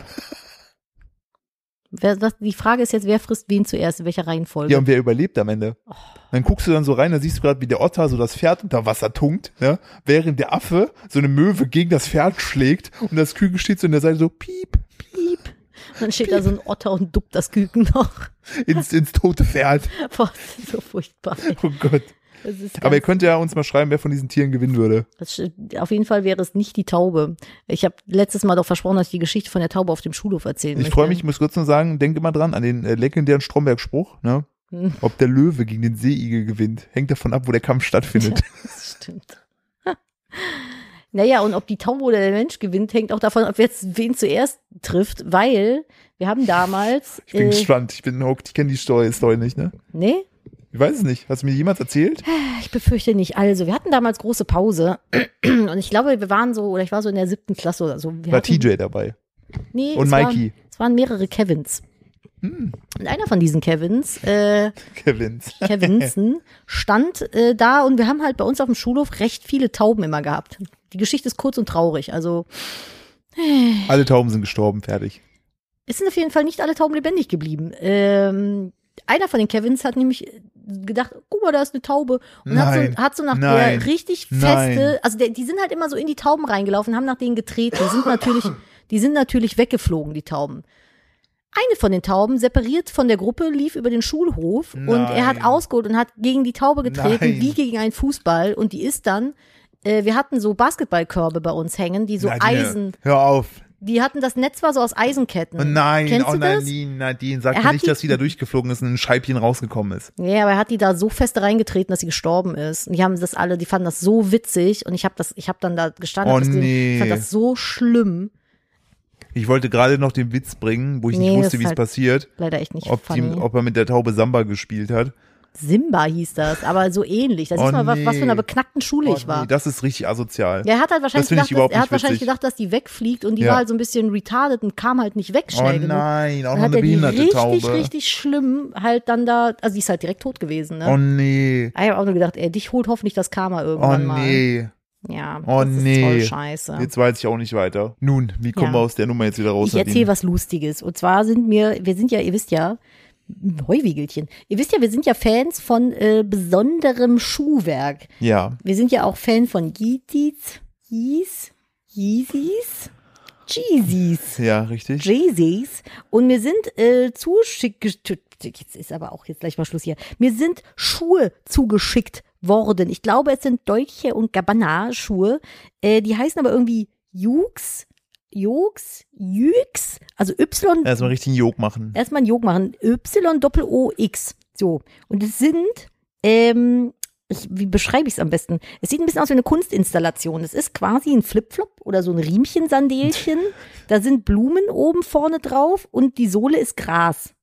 Speaker 2: Wer, das, die Frage ist jetzt, wer frisst wen zuerst, in welcher Reihenfolge?
Speaker 1: Ja, und wer überlebt am Ende?
Speaker 2: Oh.
Speaker 1: Dann guckst du dann so rein, dann siehst du gerade, wie der Otter so das Pferd unter Wasser tunkt, ne? während der Affe so eine Möwe gegen das Pferd schlägt und das Küken steht so in der Seite so piep
Speaker 2: Piep. Und dann steht da so ein Otter und duppt das Küken noch.
Speaker 1: ins, ins tote Pferd.
Speaker 2: Boah, das ist so furchtbar. ey.
Speaker 1: Oh Gott.
Speaker 2: Das ist
Speaker 1: Aber ihr
Speaker 2: ganz,
Speaker 1: könnt ja uns mal schreiben, wer von diesen Tieren gewinnen würde.
Speaker 2: das, sch- auf jeden Fall wäre es nicht die Taube. Ich habe letztes Mal doch versprochen, dass ich die Geschichte von der Taube auf dem Schulhof erzählen
Speaker 1: Ich
Speaker 2: möchte.
Speaker 1: freue mich, ich muss kurz nur sagen, denke mal dran an den äh, legendären Stromberg-Spruch, ne?
Speaker 2: Hm.
Speaker 1: Ob der Löwe gegen den Seeigel gewinnt, hängt davon ab, wo der Kampf stattfindet.
Speaker 2: Das stimmt. Naja, und ob die Taube oder der Mensch gewinnt, hängt auch davon ab, wer jetzt wen zuerst trifft, weil wir haben damals.
Speaker 1: Ich bin
Speaker 2: äh,
Speaker 1: gespannt, ich bin hooked, ich kenne die Story, Story nicht, ne?
Speaker 2: nee?
Speaker 1: Ich weiß es nicht. Hast du mir jemals erzählt?
Speaker 2: Ich befürchte nicht. Also, wir hatten damals große Pause und ich glaube, wir waren so, oder ich war so in der siebten Klasse oder so. Wir
Speaker 1: War
Speaker 2: hatten,
Speaker 1: TJ dabei.
Speaker 2: nee,
Speaker 1: und
Speaker 2: es
Speaker 1: Mikey. Hm.
Speaker 2: Waren, es waren mehrere Kevins. Und einer von diesen Kevins, äh,
Speaker 1: Kevins.
Speaker 2: Kevinson, stand äh, da und wir haben halt bei uns auf dem Schulhof recht viele Tauben immer gehabt. Die Geschichte ist kurz und traurig. Also,
Speaker 1: Alle Tauben sind gestorben, fertig.
Speaker 2: es sind auf jeden Fall nicht alle Tauben lebendig geblieben. Ähm, einer von den Kevins hat nämlich gedacht, guck mal, da ist eine Taube. Und hat,
Speaker 1: Nein.
Speaker 2: so, hat so nach
Speaker 1: Nein.
Speaker 2: der richtig feste,
Speaker 1: Nein.
Speaker 2: also der, die sind halt immer so in die Tauben reingelaufen, haben nach denen getreten. Die sind natürlich, die sind natürlich weggeflogen, die Tauben. Eine von den Tauben, separiert von der Gruppe, lief über den Schulhof und er hat
Speaker 1: Nein.
Speaker 2: ausgeholt und hat gegen die Taube getreten,
Speaker 1: Nein.
Speaker 2: wie gegen einen Fußball. Und die ist dann, äh, wir hatten so Basketballkörbe bei uns hängen, die so
Speaker 1: Nadine,
Speaker 2: Eisen,
Speaker 1: Hör auf.
Speaker 2: die hatten das Netz war so aus Eisenketten.
Speaker 1: Oh nein,
Speaker 2: Kennst
Speaker 1: oh
Speaker 2: du das?
Speaker 1: Nadine, Nadine,
Speaker 2: Er
Speaker 1: sag mir
Speaker 2: hat
Speaker 1: nicht,
Speaker 2: die-
Speaker 1: dass sie da durchgeflogen ist und in ein Scheibchen rausgekommen ist.
Speaker 2: Ja, aber er hat die da so fest reingetreten, dass sie gestorben ist. Und die haben das alle, die fanden das so witzig und ich habe das, ich habe dann da gestanden,
Speaker 1: Oh
Speaker 2: hab das gesehen.
Speaker 1: nee.
Speaker 2: ich fand das so schlimm,
Speaker 1: Ich wollte gerade noch den Witz bringen, wo ich
Speaker 2: Nee,
Speaker 1: nicht
Speaker 2: das
Speaker 1: wusste,
Speaker 2: ist
Speaker 1: wie es
Speaker 2: halt
Speaker 1: passiert,
Speaker 2: leider echt nicht
Speaker 1: ob, die,
Speaker 2: funny.
Speaker 1: ob er mit der Taube Samba gespielt hat.
Speaker 2: Simba hieß das, aber so ähnlich. Das
Speaker 1: Oh
Speaker 2: ist mal was, was für
Speaker 1: nee.
Speaker 2: eine beknackten Schule
Speaker 1: Oh
Speaker 2: ich war.
Speaker 1: nee, das ist richtig asozial.
Speaker 2: ja, er hat halt
Speaker 1: das
Speaker 2: wahrscheinlich,
Speaker 1: find ich
Speaker 2: gedacht, dass,
Speaker 1: überhaupt
Speaker 2: er
Speaker 1: nicht
Speaker 2: hat wahrscheinlich
Speaker 1: witzig.
Speaker 2: gedacht, dass die wegfliegt und die
Speaker 1: Ja.
Speaker 2: war halt so ein bisschen retarded und kam halt nicht weg
Speaker 1: oh
Speaker 2: schnell genug.
Speaker 1: nein, auch noch
Speaker 2: Dann hat
Speaker 1: eine
Speaker 2: er die
Speaker 1: behinderte
Speaker 2: richtig,
Speaker 1: Taube.
Speaker 2: richtig schlimm halt dann da, also die ist halt direkt tot gewesen, ne?
Speaker 1: Oh nee,
Speaker 2: ich habe auch nur gedacht, ey, dich holt hoffentlich das Karma
Speaker 1: oh
Speaker 2: irgendwann mal.
Speaker 1: nee.
Speaker 2: Ja,
Speaker 1: Oh
Speaker 2: das
Speaker 1: nee.
Speaker 2: ist voll scheiße.
Speaker 1: Jetzt weiß ich auch nicht weiter. Nun, wie kommen
Speaker 2: Ja.
Speaker 1: wir aus der Nummer jetzt wieder raus?
Speaker 2: Ich erzähle was Lustiges. Und zwar sind mir, wir sind ja, ihr wisst ja, Heuwiegelchen. Ihr wisst ja, wir sind ja Fans von äh, besonderem Schuhwerk.
Speaker 1: Ja,
Speaker 2: Wir sind ja auch Fan von Yeezys, Yeezys, Yeezys, Jeezys,
Speaker 1: ja, richtig.
Speaker 2: Jeezys. Und mir sind äh, zuschick, jetzt ist aber auch jetzt gleich mal Schluss hier. Mir sind Schuhe zugeschickt worden. Ich glaube, es sind Dolce und Gabbana Schuhe. Äh, die heißen aber irgendwie Jux, Jux, Jux, also Y
Speaker 1: Erstmal richtig einen Jog machen.
Speaker 2: erstmal einen Jog machen. Y-Doppel-O-X. So. Und es sind, ähm, ich, wie beschreibe ich es am besten? Es sieht ein bisschen aus wie eine Kunstinstallation. Es ist quasi ein Flipflop oder so ein Riemchensandälchen. da sind Blumen oben vorne drauf und die Sohle ist Gras.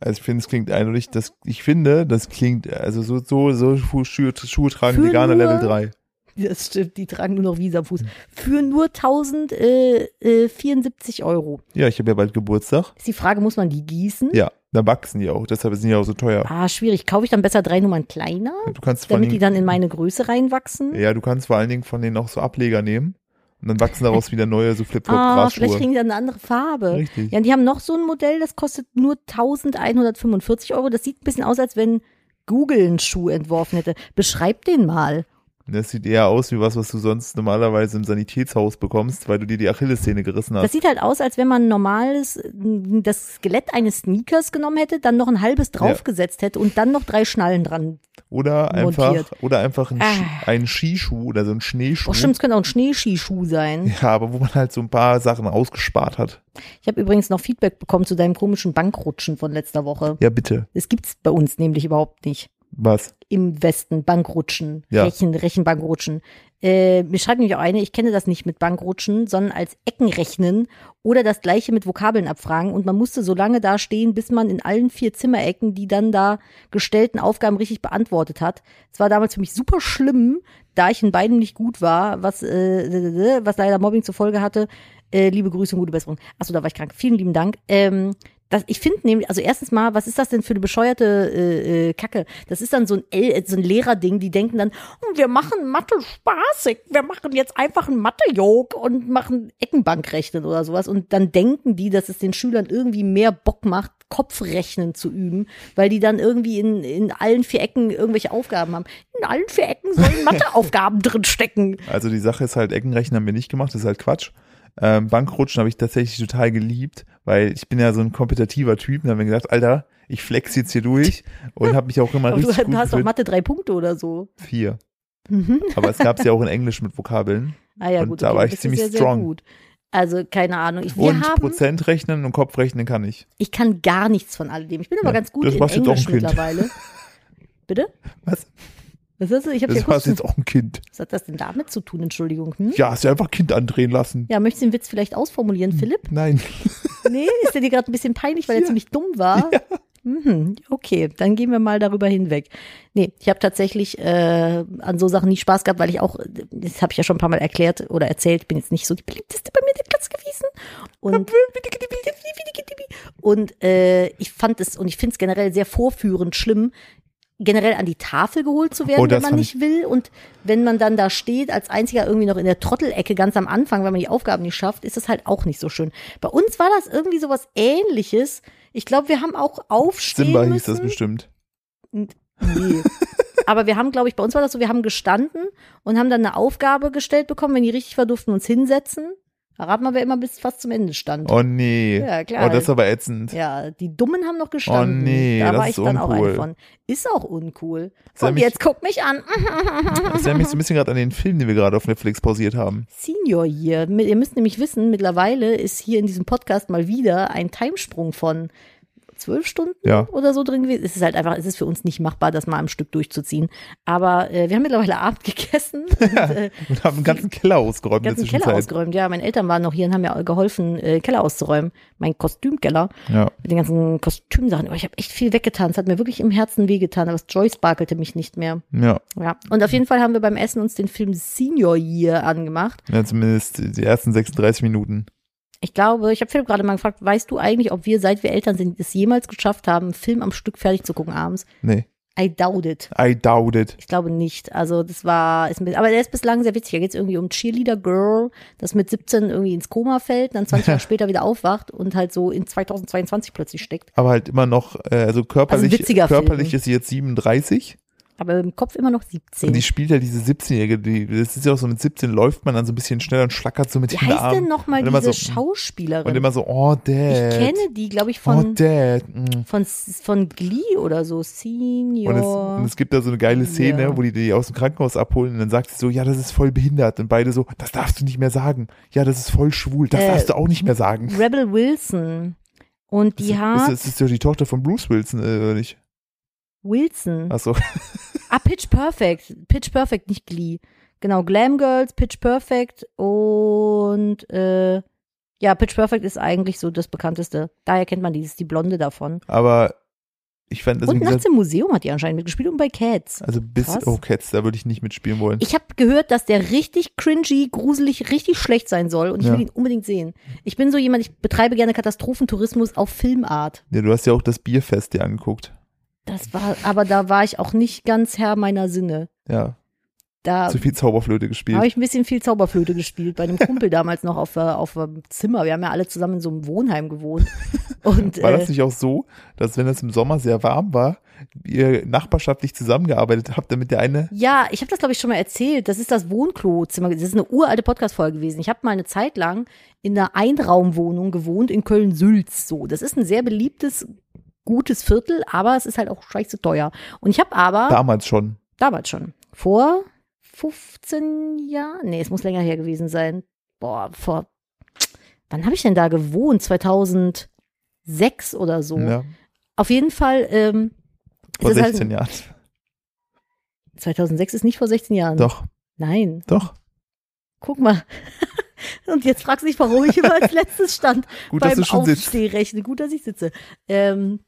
Speaker 1: Also ich finde, es klingt eindeutig, das, ich finde, das klingt, also so, so, so Schu- Schuhe, Schuhe tragen
Speaker 2: Für
Speaker 1: Veganer
Speaker 2: nur-
Speaker 1: Level 3.
Speaker 2: Das stimmt, die tragen nur noch Wies am Fuß. Hm. Für nur 1074 Euro.
Speaker 1: Ja, ich habe ja bald Geburtstag.
Speaker 2: Ist die Frage, muss man die gießen?
Speaker 1: Ja, da wachsen die auch, deshalb sind die auch so teuer.
Speaker 2: Ah, schwierig. Kaufe ich dann besser drei Nummern kleiner,
Speaker 1: Du kannst vor allen
Speaker 2: damit die
Speaker 1: Dingen,
Speaker 2: dann in meine Größe reinwachsen?
Speaker 1: ja, du kannst vor allen Dingen von denen auch so Ableger nehmen Und dann wachsen daraus wieder neue, so
Speaker 2: Ah, vielleicht
Speaker 1: Flipflop-Grasschuhe.
Speaker 2: kriegen die dann eine andere Farbe.
Speaker 1: Richtig.
Speaker 2: Ja, und die haben noch so ein Modell, das kostet nur 1145 Euro. Das sieht ein bisschen aus, als wenn Google einen Schuh entworfen hätte. Beschreib den mal.
Speaker 1: Das sieht eher aus wie was, was du sonst normalerweise im Sanitätshaus bekommst, weil du dir die Achillessehne gerissen
Speaker 2: Das
Speaker 1: hast.
Speaker 2: sieht halt aus, als wenn man ein normales, äh, das Skelett eines Sneakers genommen hätte, dann noch ein halbes draufgesetzt hätte und dann noch drei Schnallen dran.
Speaker 1: Oder einfach,
Speaker 2: montiert. Ah.
Speaker 1: oder einfach ein, Ski- ein Skischuh oder so ein Schneeschuh.
Speaker 2: Oh, stimmt, es könnte auch ein Schneeskischuh sein.
Speaker 1: Ja, aber wo man halt so ein paar Sachen ausgespart hat.
Speaker 2: Ich habe übrigens noch Feedback bekommen zu deinem komischen Bankrutschen von letzter Woche.
Speaker 1: Ja, bitte.
Speaker 2: Das gibt's bei uns nämlich überhaupt nicht.
Speaker 1: Was?
Speaker 2: im Westen Bankrutschen,
Speaker 1: Ja.
Speaker 2: Rechen, Rechenbankrutschen. Äh, mir schreibt nämlich auch eine, ich kenne das nicht mit Bankrutschen, sondern als Eckenrechnen oder das gleiche mit Vokabeln abfragen. Und man musste so lange da stehen, bis man in allen vier Zimmerecken die dann da gestellten Aufgaben richtig beantwortet hat. Es war damals für mich super schlimm, da ich in beidem nicht gut war, was, äh, was leider Mobbing zur Folge hatte. Äh, liebe Grüße und gute Besserung. Achso, da war ich krank. Vielen lieben Dank. Ähm, das, ich finde nämlich, also erstens mal, was ist das denn für eine bescheuerte äh, äh, Kacke? Das ist dann so ein, L, äh, so ein Lehrerding, die denken dann, "Hm, wir machen Mathe spaßig, wir machen jetzt einfach einen Mathe-Jog und machen Eckenbankrechnen oder sowas. Und dann denken die, dass es den Schülern irgendwie mehr Bock macht, Kopfrechnen zu üben, weil die dann irgendwie in, in allen vier Ecken irgendwelche Aufgaben haben. In allen vier Ecken sollen Matheaufgaben drinstecken.
Speaker 1: Also die Sache ist halt, Eckenrechnen haben wir nicht gemacht, das ist halt Quatsch. Ähm, Bankrutschen habe ich tatsächlich total geliebt, weil ich bin ja so ein kompetitiver Typ. Und habe mir gedacht, Alter, ich flex jetzt hier durch und habe mich auch immer
Speaker 2: Aber du,
Speaker 1: richtig
Speaker 2: du
Speaker 1: gut
Speaker 2: hast doch
Speaker 1: gefühlt.
Speaker 2: Mathe drei Punkte oder so.
Speaker 1: Vier.
Speaker 2: Mhm.
Speaker 1: Aber es gab es ja auch in Englisch mit Vokabeln.
Speaker 2: Ah ja,
Speaker 1: Und
Speaker 2: gut,
Speaker 1: da
Speaker 2: okay,
Speaker 1: war ich
Speaker 2: das ist
Speaker 1: ziemlich
Speaker 2: ja sehr
Speaker 1: strong.
Speaker 2: Gut. Also keine Ahnung. Ich, wir
Speaker 1: und
Speaker 2: haben,
Speaker 1: Prozentrechnen und Kopfrechnen kann ich.
Speaker 2: ich kann gar nichts von alledem. Ich bin aber
Speaker 1: Ja,
Speaker 2: ganz gut
Speaker 1: das
Speaker 2: in
Speaker 1: machst jetzt auch
Speaker 2: Englisch
Speaker 1: ein Kind.
Speaker 2: mittlerweile. Bitte?
Speaker 1: Was?
Speaker 2: Was ist das? Ich habe ja
Speaker 1: Das war
Speaker 2: kurz.
Speaker 1: jetzt auch ein Kind.
Speaker 2: Was hat das denn damit zu tun? Entschuldigung. Hm?
Speaker 1: Ja, hast du einfach Kind andrehen lassen.
Speaker 2: Ja, möchtest du den Witz vielleicht
Speaker 1: Hm.
Speaker 2: ausformulieren, Philipp?
Speaker 1: Nein.
Speaker 2: Nee, ist der dir gerade ein bisschen peinlich, weil er ziemlich dumm war? Mhm, okay, dann gehen wir mal darüber hinweg. Nee, ich habe tatsächlich äh, an so Sachen nie Spaß gehabt, weil ich auch, das habe ich ja schon ein paar Mal erklärt oder erzählt, bin jetzt nicht so die beliebteste bei mir in der Klasse gewesen. Und, und äh, ich fand es, und ich finde es generell sehr vorführend schlimm, generell an die Tafel geholt zu werden,
Speaker 1: Oh, das
Speaker 2: wenn man
Speaker 1: fand
Speaker 2: nicht will. Und wenn man dann da steht, als einziger irgendwie noch in der Trottelecke ganz am Anfang, weil man die Aufgaben nicht schafft, ist das halt auch nicht so schön. Bei uns war das irgendwie sowas ähnliches. Ich glaube, wir haben auch aufstehen
Speaker 1: Simba hieß müssen. das bestimmt.
Speaker 2: Nee. Aber wir haben, glaube ich, bei uns war das so, wir haben gestanden und haben dann eine Aufgabe gestellt bekommen. Wenn die richtig war, durften wir uns hinsetzen. Da raten wir, wer immer bis fast zum Ende stand.
Speaker 1: Oh nee.
Speaker 2: Ja, klar.
Speaker 1: Oh, das ist aber ätzend.
Speaker 2: Ja, die Dummen haben noch gestanden.
Speaker 1: Oh nee,
Speaker 2: da
Speaker 1: das
Speaker 2: war
Speaker 1: ist
Speaker 2: ich dann auch eine
Speaker 1: uncool.
Speaker 2: von. Ist auch uncool.
Speaker 1: Sei
Speaker 2: und
Speaker 1: mich-
Speaker 2: jetzt guck mich an. Ah,
Speaker 1: Das erinnert mich so ein bisschen gerade an den Film, den wir gerade auf Netflix pausiert haben.
Speaker 2: Senior Year. Mi- Ihr müsst nämlich wissen, mittlerweile ist hier in diesem Podcast mal wieder ein Timesprung von zwölf Stunden
Speaker 1: Ja.
Speaker 2: oder so drin gewesen. Es ist halt einfach, es ist für uns nicht machbar, das mal am Stück durchzuziehen. Aber äh, wir haben mittlerweile Abend gegessen und äh,
Speaker 1: Und haben den ganzen Keller ausgeräumt in der
Speaker 2: ganzen Keller
Speaker 1: Zwischenzeit.
Speaker 2: ausgeräumt. Ja, meine Eltern waren noch hier und haben mir geholfen, äh, Keller auszuräumen. Mein Kostümkeller
Speaker 1: Ja.
Speaker 2: mit den ganzen Kostümsachen. Aber ich habe echt viel weggetan. Es hat mir wirklich im Herzen wehgetan, aber das Joy sparkelte mich nicht mehr.
Speaker 1: ja.
Speaker 2: Ja. Und auf jeden Fall haben wir beim Essen uns den Film Senior Year angemacht.
Speaker 1: Ja, zumindest die ersten 36 Minuten.
Speaker 2: Ich glaube, ich habe Philipp gerade mal gefragt, weißt du eigentlich, ob wir, seit wir Eltern sind, es jemals geschafft haben, einen Film am Stück fertig zu gucken abends?
Speaker 1: Nee.
Speaker 2: I doubt it.
Speaker 1: I doubt it.
Speaker 2: Ich glaube nicht. Also das war, ist mit, aber der ist bislang sehr witzig. Da geht es irgendwie um Cheerleader Girl, das mit 17 irgendwie ins Koma fällt, dann 20 Jahre später wieder aufwacht und halt so in 2022 plötzlich steckt.
Speaker 1: Aber halt immer noch, äh, also körperlich,
Speaker 2: witziger Film.
Speaker 1: körperlich ist sie jetzt 37
Speaker 2: Aber im Kopf immer noch
Speaker 1: und die
Speaker 2: 17.
Speaker 1: spielt ja diese 17-Jährige, die, das ist ja auch so, mit 17 läuft man dann so ein bisschen schneller und schlackert so mit
Speaker 2: Wie
Speaker 1: den
Speaker 2: heißt denn
Speaker 1: Armen.
Speaker 2: nochmal
Speaker 1: Und immer
Speaker 2: diese
Speaker 1: so- hm. Und
Speaker 2: Schauspielerin?
Speaker 1: immer so, oh,
Speaker 2: Ich
Speaker 1: Dad.
Speaker 2: kenne die, glaube ich,
Speaker 1: oh,
Speaker 2: von,
Speaker 1: Dad. mm.
Speaker 2: von, von Glee oder so.
Speaker 1: Und es,
Speaker 2: Senior.
Speaker 1: und es gibt da so eine geile Szene,
Speaker 2: Ja.
Speaker 1: wo die die aus dem Krankenhaus abholen und dann sagt sie so, ja, das ist voll behindert. Und beide so, das darfst du nicht mehr sagen. Ja, das ist voll schwul. Das
Speaker 2: Äh,
Speaker 1: darfst du auch nicht mehr sagen.
Speaker 2: Rebel Wilson. Und die
Speaker 1: Ist,
Speaker 2: hat
Speaker 1: ist, ist ja die Tochter von Bruce Wilson, äh, oder nicht?
Speaker 2: Wilson.
Speaker 1: Achso,
Speaker 2: Ah, Pitch Perfect. Pitch Perfect, nicht Glee. Genau, Glam Girls, Pitch Perfect und äh, ja, Pitch Perfect ist eigentlich so das bekannteste. Daher kennt man dieses, die Blonde davon.
Speaker 1: aber ich fand, also,
Speaker 2: und
Speaker 1: wie
Speaker 2: nachts
Speaker 1: gesagt,
Speaker 2: im Museum hat die anscheinend mitgespielt und bei Cats.
Speaker 1: also bis,
Speaker 2: Krass.
Speaker 1: oh Cats, da würde ich nicht mitspielen wollen.
Speaker 2: Ich habe gehört, dass der richtig cringy, gruselig, richtig schlecht sein soll und ich
Speaker 1: Ja.
Speaker 2: will ihn unbedingt sehen. Ich bin so jemand, ich betreibe gerne Katastrophentourismus auf Filmart.
Speaker 1: ja, du hast ja auch das Bierfest dir angeguckt.
Speaker 2: Das war, aber da war ich auch nicht ganz Herr meiner Sinne.
Speaker 1: Ja.
Speaker 2: Da
Speaker 1: Zu viel Zauberflöte
Speaker 2: habe
Speaker 1: gespielt.
Speaker 2: ich ein bisschen viel Zauberflöte gespielt bei einem Kumpel damals noch auf, äh, auf dem Zimmer. Wir haben ja alle zusammen in so einem Wohnheim gewohnt. Und
Speaker 1: War
Speaker 2: äh,
Speaker 1: das nicht auch so, dass wenn es im Sommer sehr warm war, ihr nachbarschaftlich zusammengearbeitet habt, damit der eine
Speaker 2: Ja, ich habe das, glaube ich, schon mal erzählt. Das ist das Wohnklozimmer. Das ist eine uralte Podcast-Folge gewesen. Ich habe mal eine Zeit lang in einer Einraumwohnung gewohnt in Köln-Sülz. So, das ist ein sehr beliebtes, gutes Viertel, aber es ist halt auch scheiße teuer. Und ich habe aber
Speaker 1: damals schon
Speaker 2: damals schon, vor 15 Jahren, nee, es muss länger her gewesen sein. Boah, vor, wann habe ich denn da gewohnt? 2006 oder so.
Speaker 1: ja,
Speaker 2: Auf jeden Fall, ähm,
Speaker 1: ne,
Speaker 2: ist
Speaker 1: vor
Speaker 2: es
Speaker 1: 16
Speaker 2: halt,
Speaker 1: Jahren.
Speaker 2: 2006 ist nicht vor 16 Jahren.
Speaker 1: Doch,
Speaker 2: Nein.
Speaker 1: doch.
Speaker 2: guck mal. Und jetzt fragst du dich, warum ich immer als letztes stand
Speaker 1: Gut, dass
Speaker 2: beim
Speaker 1: du schon sitzt.
Speaker 2: Aufstehrechnen. Gut, dass ich sitze. Ähm,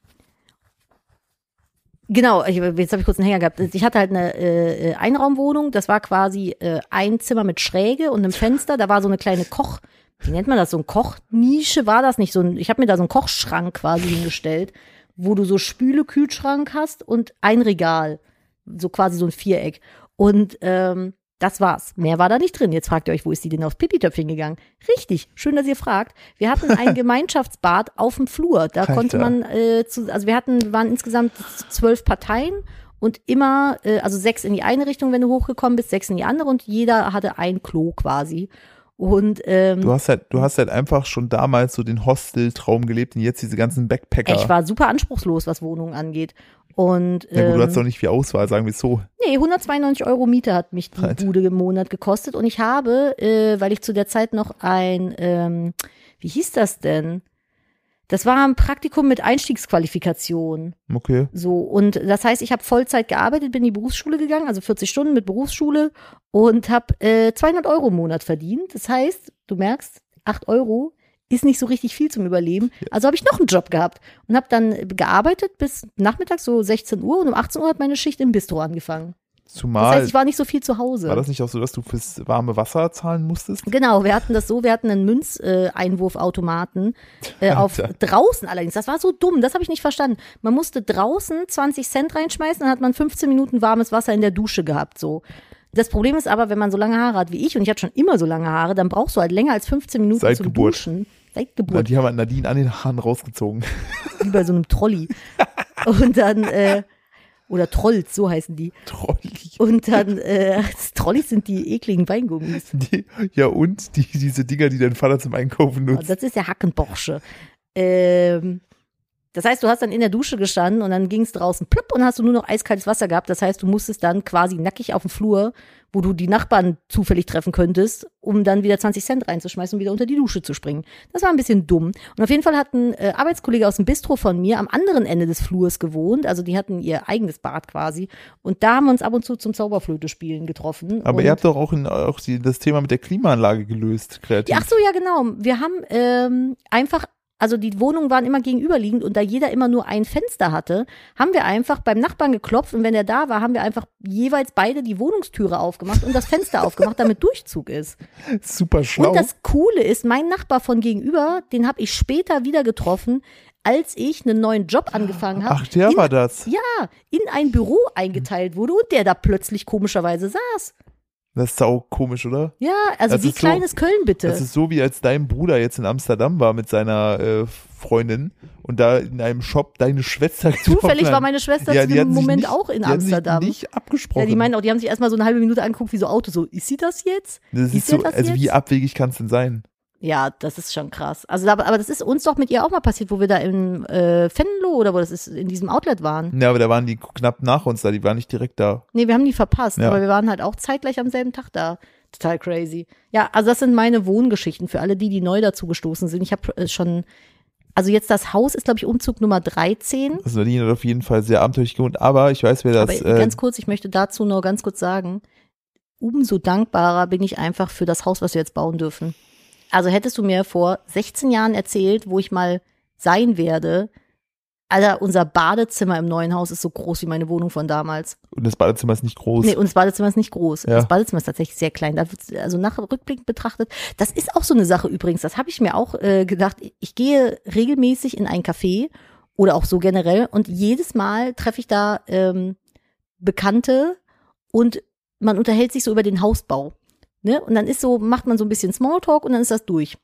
Speaker 2: genau, ich, jetzt habe ich kurz einen Hänger gehabt. Ich hatte halt eine äh, äh, Einraumwohnung, das war quasi äh, ein Zimmer mit Schräge und einem Fenster, da war so eine kleine Koch, wie nennt man das, so ein Kochnische war das nicht. So ein, ich habe mir da so einen Kochschrank quasi hingestellt, wo du so Spüle, Kühlschrank hast und ein Regal. So quasi so ein Viereck. Und ähm, das war's. Mehr war da nicht drin. Jetzt fragt ihr euch, wo ist die denn aufs Pipitöpfchen gegangen? Richtig, schön, dass ihr fragt. Wir hatten ein Gemeinschaftsbad auf dem Flur. Da
Speaker 1: Alter.
Speaker 2: konnte man, äh, zu, also wir hatten, waren insgesamt zwölf Parteien und immer, äh, also sechs in die eine Richtung, wenn du hochgekommen bist, sechs in die andere und jeder hatte ein Klo quasi. Und ähm,
Speaker 1: Du hast halt, du hast halt einfach schon damals so den Hostel-Traum gelebt und jetzt diese ganzen Backpacker.
Speaker 2: ich war super anspruchslos, was Wohnungen angeht. Und
Speaker 1: Na gut, du hast
Speaker 2: ähm,
Speaker 1: doch nicht viel Auswahl, sagen wir es so.
Speaker 2: Nee, 192 Euro Miete hat mich die
Speaker 1: Alter.
Speaker 2: Bude im Monat gekostet. Und ich habe, äh, weil ich zu der Zeit noch ein, ähm, wie hieß das denn? Das war ein Praktikum mit Einstiegsqualifikation.
Speaker 1: Okay.
Speaker 2: So, und das heißt, ich habe Vollzeit gearbeitet, bin in die Berufsschule gegangen, also 40 Stunden mit Berufsschule und habe äh, 200 Euro im Monat verdient. Das heißt, du merkst, 8 Euro ist nicht so richtig viel zum Überleben. Also habe ich noch einen Job gehabt und habe dann gearbeitet bis nachmittags so 16 Uhr und um 18 Uhr hat meine Schicht im Bistro angefangen. Das
Speaker 1: Zumal
Speaker 2: heißt, ich war nicht so viel zu Hause.
Speaker 1: war das nicht auch so, dass du fürs warme Wasser zahlen musstest?
Speaker 2: Genau, wir hatten das so, wir hatten einen Münzeinwurfautomaten äh, auf
Speaker 1: Alter.
Speaker 2: draußen allerdings. Das war so dumm, das habe ich nicht verstanden. Man musste draußen 20 Cent reinschmeißen, dann hat man 15 Minuten warmes Wasser in der Dusche gehabt. So. Das Problem ist aber, wenn man so lange Haare hat wie ich, und ich hatte schon immer so lange Haare, dann brauchst du halt länger als 15 Minuten
Speaker 1: Seit
Speaker 2: zum
Speaker 1: Geburt.
Speaker 2: Duschen. Seit
Speaker 1: Na,
Speaker 2: Geburt
Speaker 1: die haben halt Nadine an den Haaren rausgezogen.
Speaker 2: wie bei so einem Trolley. Und dann, äh, oder Trolls, so heißen die.
Speaker 1: Trolli.
Speaker 2: Und dann, äh, Trolleys sind die ekligen Weingummis.
Speaker 1: Die, ja, und die, diese Dinger, die dein Vater zum Einkaufen
Speaker 2: Und
Speaker 1: nutzt.
Speaker 2: das ist der Hackenborsche. Ähm, das heißt, du hast dann in der Dusche gestanden und dann ging es draußen plopp und hast du nur noch eiskaltes Wasser gehabt. Das heißt, du musstest dann quasi nackig auf dem Flur, wo du die Nachbarn zufällig treffen könntest, um dann wieder 20 Cent reinzuschmeißen und wieder unter die Dusche zu springen. Das war ein bisschen dumm. Und auf jeden Fall hat ein äh, Arbeitskollege aus dem Bistro von mir am anderen Ende des Flurs gewohnt. Also die hatten ihr eigenes Bad quasi. Und da haben wir uns ab und zu zum Zauberflöte spielen getroffen.
Speaker 1: Aber
Speaker 2: Also, und
Speaker 1: ihr habt doch auch, in, auch die, das Thema mit der Klimaanlage gelöst, kreativ.
Speaker 2: ja, ach so, ja, genau. Wir haben ähm, einfach, also die Wohnungen waren immer gegenüberliegend und da jeder immer nur ein Fenster hatte, haben wir einfach beim Nachbarn geklopft und wenn er da war, haben wir einfach jeweils beide die Wohnungstüre aufgemacht und das Fenster aufgemacht, damit Durchzug ist.
Speaker 1: Super schlau.
Speaker 2: Und das Coole ist, mein Nachbar von gegenüber, den habe ich später wieder getroffen, als ich einen neuen Job angefangen habe.
Speaker 1: Ach, der
Speaker 2: in,
Speaker 1: war das.
Speaker 2: Ja, in ein Büro eingeteilt wurde und der da plötzlich komischerweise saß.
Speaker 1: Das ist auch komisch, oder?
Speaker 2: Ja, also
Speaker 1: Das
Speaker 2: wie
Speaker 1: ist so-
Speaker 2: klein ist Köln bitte?
Speaker 1: Das ist so wie als dein Bruder jetzt in Amsterdam war mit seiner äh, Freundin und da in einem Shop deine Schwester
Speaker 2: Zufällig
Speaker 1: getroffen
Speaker 2: war
Speaker 1: hat.
Speaker 2: meine Schwester
Speaker 1: Ja,
Speaker 2: zu
Speaker 1: die
Speaker 2: dem
Speaker 1: hatten sich
Speaker 2: Moment
Speaker 1: nicht-
Speaker 2: auch in
Speaker 1: die hatten
Speaker 2: Amsterdam.
Speaker 1: Sich nicht abgesprochen.
Speaker 2: Ja, die meinen auch, die haben sich erstmal so eine halbe Minute angeguckt, wie so Auto, so, ist sie das jetzt?
Speaker 1: das
Speaker 2: ist
Speaker 1: ist
Speaker 2: ihr
Speaker 1: so,
Speaker 2: das
Speaker 1: also wie
Speaker 2: jetzt?
Speaker 1: abwegig kann es denn sein?
Speaker 2: Ja, das ist schon krass. Also, aber, aber das ist uns doch mit ihr auch mal passiert, wo wir da in äh, Venlo oder wo das ist, in diesem Outlet waren.
Speaker 1: Ja, aber da waren die knapp nach uns da, die waren nicht direkt da.
Speaker 2: Nee, wir haben die verpasst,
Speaker 1: Ja.
Speaker 2: aber wir waren halt auch zeitgleich am selben Tag da. Total crazy. Ja, also das sind meine Wohngeschichten für alle die, die neu dazu gestoßen sind. Ich habe äh, schon, also jetzt das Haus ist, glaube ich, Umzug Nummer 13.
Speaker 1: Also Nadine hat auf jeden Fall sehr abenteuerlich gewohnt, aber ich weiß, wer das.
Speaker 2: Mhm. Aber
Speaker 1: äh,
Speaker 2: ganz kurz, ich möchte dazu nur ganz kurz sagen, umso dankbarer bin ich einfach für das Haus, was wir jetzt bauen dürfen. Also hättest du mir vor 16 Jahren erzählt, wo ich mal sein werde, Alter, unser Badezimmer im neuen Haus ist so groß wie meine Wohnung von damals.
Speaker 1: und das Badezimmer ist nicht groß.
Speaker 2: Nee, und das Badezimmer ist nicht groß.
Speaker 1: Ja.
Speaker 2: Das Badezimmer ist tatsächlich sehr klein. Da wird's- Also nach rückblickend betrachtet, das ist auch so eine Sache übrigens. Das habe ich mir auch äh, gedacht. Ich gehe regelmäßig in ein Café oder auch so generell und jedes Mal treffe ich da ähm, Bekannte und man unterhält sich so über den Hausbau. Ne? Und dann ist so, macht man so ein bisschen Smalltalk und dann ist das durch.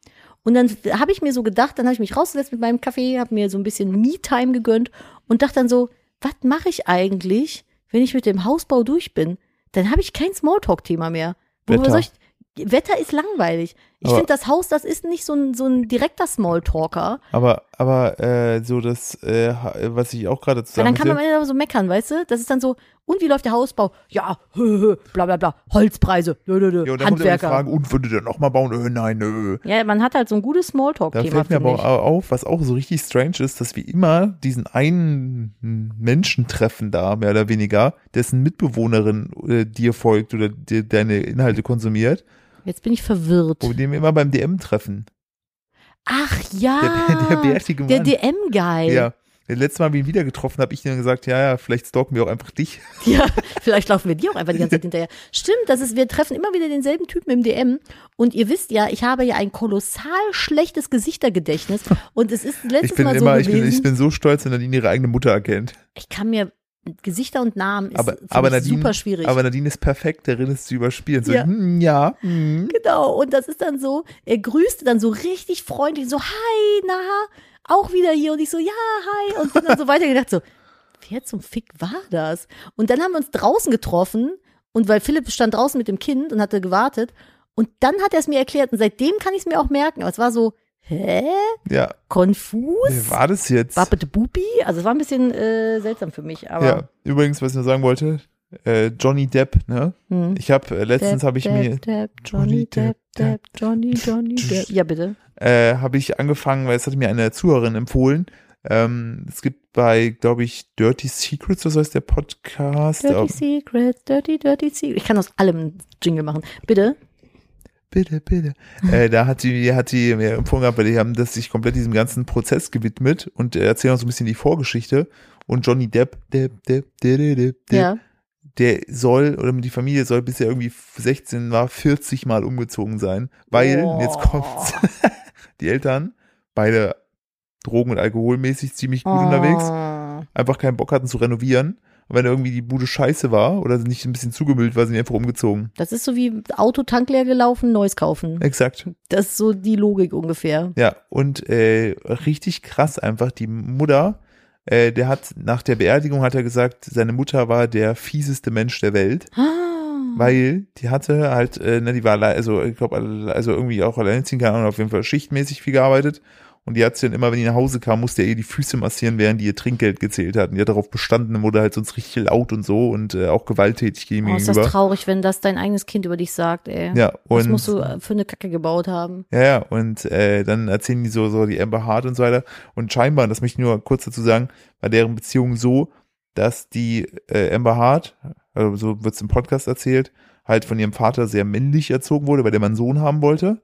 Speaker 2: Und dann habe ich mir so gedacht, dann habe ich mich rausgesetzt mit meinem Kaffee, habe mir so ein bisschen Me-Time gegönnt und dachte dann so, was mache ich eigentlich, wenn ich mit dem Hausbau durch bin? Dann habe ich kein Smalltalk-Thema mehr. Worüber
Speaker 1: Wetter.
Speaker 2: soll ich, Wetter ist langweilig. Ich
Speaker 1: Aber-
Speaker 2: finde das Haus, das ist nicht so ein, so ein direkter Smalltalker.
Speaker 1: Aber, aber äh, so das, äh, ha- was ich auch gerade
Speaker 2: Weil
Speaker 1: zusammen
Speaker 2: dann kann man am Ende aber so meckern, weißt du? Das ist dann so, und wie läuft der Hausbau? Ja, hö, hö, bla bla bla, Holzpreise, dö, dö, dö,
Speaker 1: ja, und dann kommt immer die
Speaker 2: Handwerker.
Speaker 1: Frage, und würde der nochmal bauen? Äh, nein, nö.
Speaker 2: Ja, man hat halt so ein gutes
Speaker 1: Da
Speaker 2: Smalltalk-Thema,
Speaker 1: fällt mir
Speaker 2: finde
Speaker 1: aber
Speaker 2: ich.
Speaker 1: au- auf, was auch so richtig strange ist, dass wir immer diesen einen Menschen treffen da, mehr oder weniger, dessen Mitbewohnerin äh, dir folgt oder dir deine Inhalte konsumiert,
Speaker 2: Jetzt bin ich verwirrt.
Speaker 1: wo wir den wir immer beim DM treffen.
Speaker 2: Ach ja,
Speaker 1: Der, der bärtige Mann.
Speaker 2: Ah, der DM-Guy.
Speaker 1: ja. Das letzte Mal, wie ich ihn wieder getroffen habe, ich dann gesagt, ja, ja, vielleicht stalken wir auch einfach dich.
Speaker 2: Ja, vielleicht laufen wir dir auch einfach die ganze Zeit hinterher. Stimmt, das ist, wir treffen immer wieder denselben Typen im DM. Und ihr wisst ja, ich habe ja ein kolossal schlechtes Gesichtergedächtnis. Und es ist letztes
Speaker 1: Ich bin
Speaker 2: Mal so
Speaker 1: immer, ich
Speaker 2: gewesen.
Speaker 1: bin, ich bin so stolz, wenn Nadine ihre eigene Mutter erkennt.
Speaker 2: ich kann mir Gesichter und Namen ist
Speaker 1: Aber,
Speaker 2: für
Speaker 1: aber,
Speaker 2: mich
Speaker 1: Nadine,
Speaker 2: super schwierig.
Speaker 1: aber Nadine ist perfekt darin, es zu überspielen. So,
Speaker 2: Ja.
Speaker 1: ja, hm, ja hm.
Speaker 2: genau, und das ist dann so, er grüßt dann so richtig freundlich, so, hi, na, auch wieder hier. Und ich so, ja, hi. Und bin dann so weitergedacht, so, wer zum Fick war das? Und dann haben wir uns draußen getroffen und weil Philipp stand draußen mit dem Kind und hatte gewartet. Und dann hat er es mir erklärt und seitdem kann ich es mir auch merken. Aber es war so, hä?
Speaker 1: ja.
Speaker 2: Konfus?
Speaker 1: Wer war das jetzt?
Speaker 2: War bitte Bubi? Also es war ein bisschen äh, seltsam für mich, aber
Speaker 1: Ja, übrigens, was ich noch sagen wollte, äh, Johnny Depp, ne?
Speaker 2: Hm.
Speaker 1: Ich habe äh, letztens
Speaker 2: Depp,
Speaker 1: habe ich
Speaker 2: Depp,
Speaker 1: mir
Speaker 2: Depp, Johnny
Speaker 1: Johnny
Speaker 2: Depp,
Speaker 1: Depp,
Speaker 2: Depp, Johnny, Johnny Depp. Ja, bitte.
Speaker 1: äh, habe ich angefangen, weil es hatte mir eine Zuhörerin empfohlen. Ähm, es gibt bei, glaube ich, Dirty Secrets, das heißt der Podcast.
Speaker 2: Dirty
Speaker 1: Ähm,
Speaker 2: Secrets, Dirty, Dirty Secrets. Ich kann aus allem einen Jingle machen. Bitte.
Speaker 1: bitte, bitte. äh, da hat die, hat die mir empfohlen gehabt, weil die haben das sich komplett diesem ganzen Prozess gewidmet und äh, erzählen uns so ein bisschen die Vorgeschichte. Und Johnny Depp, Depp, Depp, Depp, Depp, Depp,
Speaker 2: ja.
Speaker 1: der soll oder die Familie soll bisher irgendwie 16 war 40 Mal umgezogen sein, weil
Speaker 2: Oh.
Speaker 1: und jetzt kommt's. die Eltern beide Drogen und Alkoholmäßig ziemlich gut unterwegs,
Speaker 2: Oh.
Speaker 1: einfach keinen Bock hatten zu renovieren. Und wenn irgendwie die Bude scheiße war oder nicht ein bisschen zugemüllt war, sind die einfach umgezogen.
Speaker 2: Das ist so wie Auto tank leer gelaufen, neues kaufen.
Speaker 1: Exakt.
Speaker 2: Das ist so die Logik ungefähr.
Speaker 1: Ja, und äh, richtig krass einfach die Mutter, äh, der hat nach der Beerdigung hat er gesagt, seine Mutter war der fieseste Mensch der Welt.
Speaker 2: Ah.
Speaker 1: Weil die hatte halt, äh, ne, die war, alle- also ich glaube, also irgendwie auch alleinerziehend, keine Ahnung, auf jeden Fall schichtmäßig viel gearbeitet. Und die hat sie dann immer, wenn die nach Hause kam, musste er ihr die Füße massieren, während die ihr Trinkgeld gezählt hat. Und die hat darauf bestanden, dann wurde halt sonst richtig laut und so und äh, auch gewalttätig gegen
Speaker 2: Oh,
Speaker 1: ihn
Speaker 2: ist das
Speaker 1: gegenüber.
Speaker 2: traurig, wenn das dein eigenes Kind über dich sagt, ey.
Speaker 1: Ja,
Speaker 2: Was
Speaker 1: und
Speaker 2: musst du äh, für eine Kacke gebaut haben?
Speaker 1: ja, ja, und äh, dann erzählen die so, so die Amber Hart und so weiter. Und scheinbar, das möchte ich nur kurz dazu sagen, war deren Beziehung so, dass die äh, Amber Hart, also so wird es im Podcast erzählt, halt von ihrem Vater sehr männlich erzogen wurde, weil der man einen Sohn haben wollte.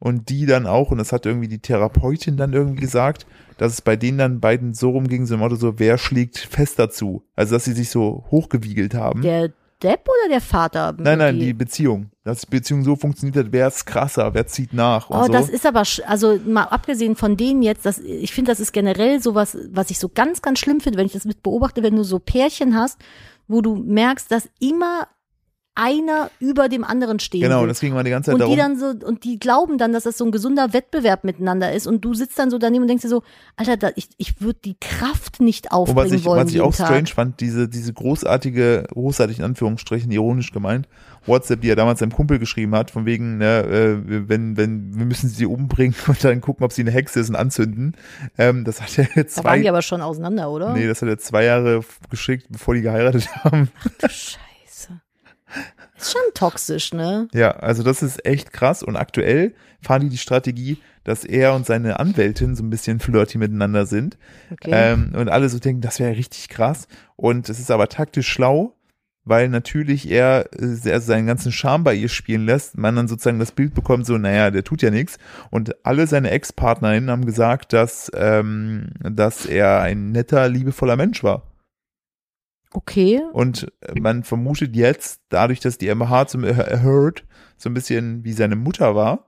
Speaker 1: Und die dann auch, und das hat irgendwie die Therapeutin dann irgendwie gesagt, dass es bei denen dann beiden so rumging, so im Motto so, wer schlägt fest dazu? Also, dass sie sich so hochgewiegelt haben.
Speaker 2: Der Depp oder der Vater?
Speaker 1: Hm? nein, nein, die, Beziehung. Dass die Beziehung so funktioniert hat, wer ist krasser, wer zieht nach und
Speaker 2: Oh,
Speaker 1: so.
Speaker 2: das ist aber, sch- also mal abgesehen von denen jetzt, das, ich finde, das ist generell sowas, was ich so ganz, ganz schlimm finde, wenn ich das mit beobachte, wenn du so Pärchen hast, wo du merkst, dass immer einer über dem anderen stehen
Speaker 1: Genau,
Speaker 2: will.
Speaker 1: das ging mal die ganze Zeit
Speaker 2: eh und
Speaker 1: darum.
Speaker 2: die dann so, und die glauben dann, dass das so ein gesunder Wettbewerb miteinander ist und du sitzt dann so daneben und denkst dir so, Alter, da, ich, ich würde die Kraft nicht
Speaker 1: und
Speaker 2: aufbringen
Speaker 1: was ich,
Speaker 2: wollen
Speaker 1: was ich
Speaker 2: jeden
Speaker 1: auch
Speaker 2: Tag.
Speaker 1: strange fand, diese, diese großartige, großartig in Anführungsstrichen, ironisch gemeint, WhatsApp, die er damals seinem Kumpel geschrieben hat, von wegen, ne, äh, wenn, wenn, wir müssen sie umbringen und dann gucken, ob sie eine Hexe ist und anzünden. Ähm, das hat er
Speaker 2: Da waren die
Speaker 1: zwei,
Speaker 2: aber schon auseinander, oder?
Speaker 1: nee, das hat er zwei Jahre geschickt, bevor die geheiratet haben.
Speaker 2: Du Scheiße. Ist schon toxisch, ne?
Speaker 1: Ja, also das ist echt krass und aktuell fahren die die Strategie, dass er und seine Anwältin so ein bisschen flirty miteinander sind.
Speaker 2: Okay.
Speaker 1: Ähm, und alle so denken, das wäre richtig krass. Und es ist aber taktisch schlau, weil natürlich er äh, also seinen ganzen Charme bei ihr spielen lässt. Man dann sozusagen das Bild bekommt, so, naja, der tut ja nichts. Und alle seine Ex-Partnerinnen haben gesagt, dass, ähm, dass er ein netter, liebevoller Mensch war.
Speaker 2: okay.
Speaker 1: Und man vermutet äh, jetzt, dadurch, dass die MH zum Hurt so ein bisschen wie seine Mutter war,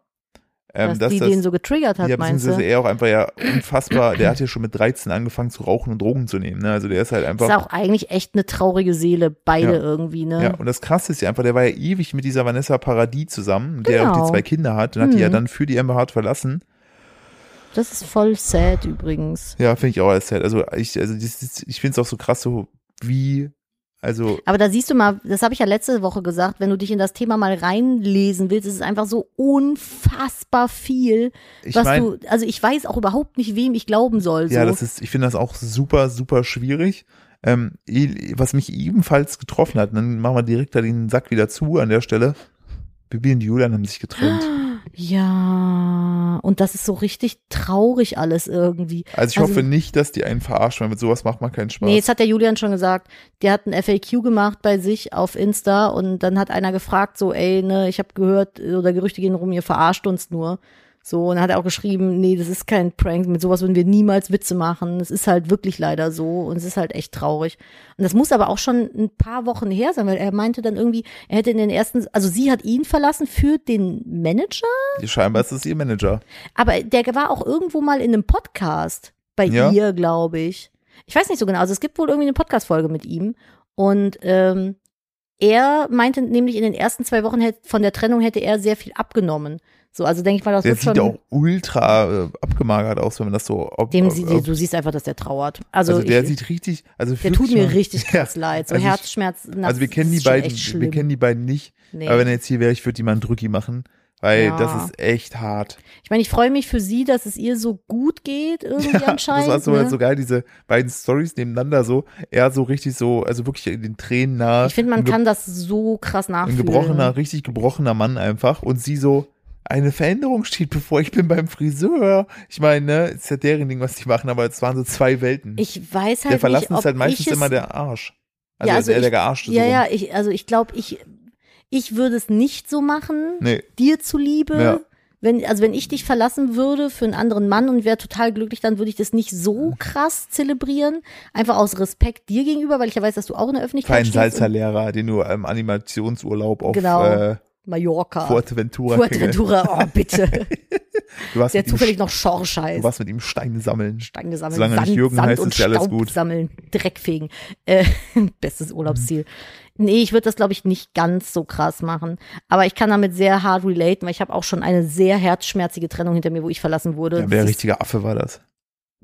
Speaker 2: dass
Speaker 1: Ähm, dass
Speaker 2: die
Speaker 1: das,
Speaker 2: den so getriggert hat,
Speaker 1: ja,
Speaker 2: meinst
Speaker 1: beziehungsweise
Speaker 2: du?
Speaker 1: er auch einfach ja unfassbar, der hat ja schon mit 13 angefangen zu rauchen und Drogen zu nehmen. Ne? Also der ist halt einfach.
Speaker 2: Ist auch eigentlich echt eine traurige Seele, beide
Speaker 1: Ja.
Speaker 2: irgendwie, ne?
Speaker 1: Ja, und das krasse ist ja einfach, der war ja ewig mit dieser Vanessa Paradis zusammen, mit der er auch
Speaker 2: Genau.
Speaker 1: die zwei Kinder hat und hat die
Speaker 2: Mhm.
Speaker 1: ja dann für die Amber Hart verlassen.
Speaker 2: Das ist voll sad übrigens.
Speaker 1: Ja, finde ich auch alles sad. Also ich, also das, ist- ich finde es auch so krass, so wie, also
Speaker 2: Aber da siehst du mal, das habe ich ja letzte Woche gesagt, wenn du dich in das Thema mal reinlesen willst, ist es einfach so unfassbar viel,
Speaker 1: ich
Speaker 2: was
Speaker 1: meine,
Speaker 2: du, also ich weiß auch überhaupt nicht, wem ich glauben soll. So.
Speaker 1: ja, das ist, ich finde das auch super, super schwierig. Ähm, eh- was mich ebenfalls getroffen hat, dann machen wir direkt da den Sack wieder zu an der Stelle. Bibi und Julian haben sich getrennt.
Speaker 2: ja, und das ist so richtig traurig alles irgendwie.
Speaker 1: Also ich
Speaker 2: Also-
Speaker 1: hoffe nicht, dass die einen verarschen, weil mit sowas macht man keinen Spaß.
Speaker 2: Nee, jetzt hat der Julian schon gesagt, der hat ein FAQ gemacht bei sich auf Insta und dann hat einer gefragt, so, ey, ne, ich habe gehört, äh, oder Gerüchte gehen rum, ihr verarscht uns nur. So, und dann hat er auch geschrieben, nee, das ist kein Prank, mit sowas würden wir niemals Witze machen. Es ist halt wirklich leider so und es ist halt echt traurig. Und das muss aber auch schon ein paar Wochen her sein, weil er meinte dann irgendwie, er hätte in den ersten, also sie hat ihn verlassen für den Manager,
Speaker 1: Scheinbar ist es ihr Manager.
Speaker 2: aber der war auch irgendwo mal in einem Podcast bei
Speaker 1: Ja.
Speaker 2: ihr, glaube ich. Ich weiß nicht so genau. Also es gibt wohl irgendwie eine Podcast-Folge mit ihm. Und ähm, er meinte nämlich, in den ersten zwei Wochen hätt- von der Trennung hätte er sehr viel abgenommen. So, also denke ich mal, das
Speaker 1: Der
Speaker 2: wird schon.
Speaker 1: sieht auch ultra äh, abgemagert aus, wenn man das so ob,
Speaker 2: dem
Speaker 1: ob,
Speaker 2: sie,
Speaker 1: ob,
Speaker 2: du siehst einfach, dass der trauert. Also,
Speaker 1: Also der
Speaker 2: ich,
Speaker 1: sieht richtig, also
Speaker 2: der
Speaker 1: wirklich
Speaker 2: tut mir
Speaker 1: mal-
Speaker 2: richtig krass leid. So
Speaker 1: also ich-
Speaker 2: Herzschmerz. na,
Speaker 1: Also wir
Speaker 2: das
Speaker 1: kennen die
Speaker 2: ist schon
Speaker 1: beiden,
Speaker 2: echt
Speaker 1: wir
Speaker 2: schlimm.
Speaker 1: kennen die beiden nicht,
Speaker 2: Nee.
Speaker 1: aber wenn er jetzt hier wäre, ich würde die mal einen Drücki machen, weil
Speaker 2: Ja.
Speaker 1: das ist echt hart.
Speaker 2: Ich meine, ich freue mich für sie, dass es ihr so gut geht irgendwie
Speaker 1: das
Speaker 2: anscheinend.
Speaker 1: war so, halt
Speaker 2: ne?
Speaker 1: so geil, diese beiden Stories nebeneinander so, er so richtig so, also wirklich in den Tränen nah.
Speaker 2: ich finde, man
Speaker 1: ein ge-
Speaker 2: kann das so krass
Speaker 1: ein
Speaker 2: nachfühlen.
Speaker 1: gebrochener, richtig gebrochener Mann einfach und sie so eine Veränderung steht bevor ich bin beim Friseur. Ich meine, ne, ist ja deren Ding, was die machen, aber es waren so zwei Welten.
Speaker 2: Ich weiß halt
Speaker 1: der Verlassen
Speaker 2: nicht, ob
Speaker 1: ist halt meistens
Speaker 2: ich es,
Speaker 1: immer der Arsch. Also,
Speaker 2: Ja, also
Speaker 1: der,
Speaker 2: ich-
Speaker 1: der Gearschte.
Speaker 2: Ja,
Speaker 1: so rum.
Speaker 2: ja, ich, also ich glaube, ich, ich würde es nicht so machen,
Speaker 1: Nee,
Speaker 2: dir zuliebe.
Speaker 1: Ja.
Speaker 2: Wenn, also wenn ich dich verlassen würde für einen anderen Mann und wäre total glücklich, dann würde ich das nicht
Speaker 1: Mhm.
Speaker 2: so krass zelebrieren. Einfach aus Respekt dir gegenüber, weil ich ja weiß, dass du auch in der Öffentlichkeit
Speaker 1: kein
Speaker 2: stehst.
Speaker 1: Salzerlehrer, den du im ähm, Animationsurlaub auf
Speaker 2: Genau.
Speaker 1: äh,
Speaker 2: und- Mallorca.
Speaker 1: Fuerteventura, kennengelernt.
Speaker 2: Fuerteventura, oh bitte.
Speaker 1: Du warst,
Speaker 2: Der
Speaker 1: mit ihm,
Speaker 2: zufällig
Speaker 1: Sch-
Speaker 2: noch Schorsch heißt.
Speaker 1: du warst mit ihm Steine sammeln.
Speaker 2: Stein gesammelt.
Speaker 1: Solange
Speaker 2: Sand,
Speaker 1: nicht Jürgen
Speaker 2: Sand
Speaker 1: heißt,
Speaker 2: und
Speaker 1: ist ja alles
Speaker 2: Staub
Speaker 1: gut.
Speaker 2: sammeln, Dreck fegen. Äh, bestes Urlaubsziel. Nee, ich würde das, glaube ich, nicht ganz so krass machen. Aber ich kann damit sehr hart relaten, weil ich habe auch schon eine sehr herzschmerzige Trennung hinter mir, wo ich verlassen wurde.
Speaker 1: Ja, der
Speaker 2: Das ist
Speaker 1: richtige Affe war das.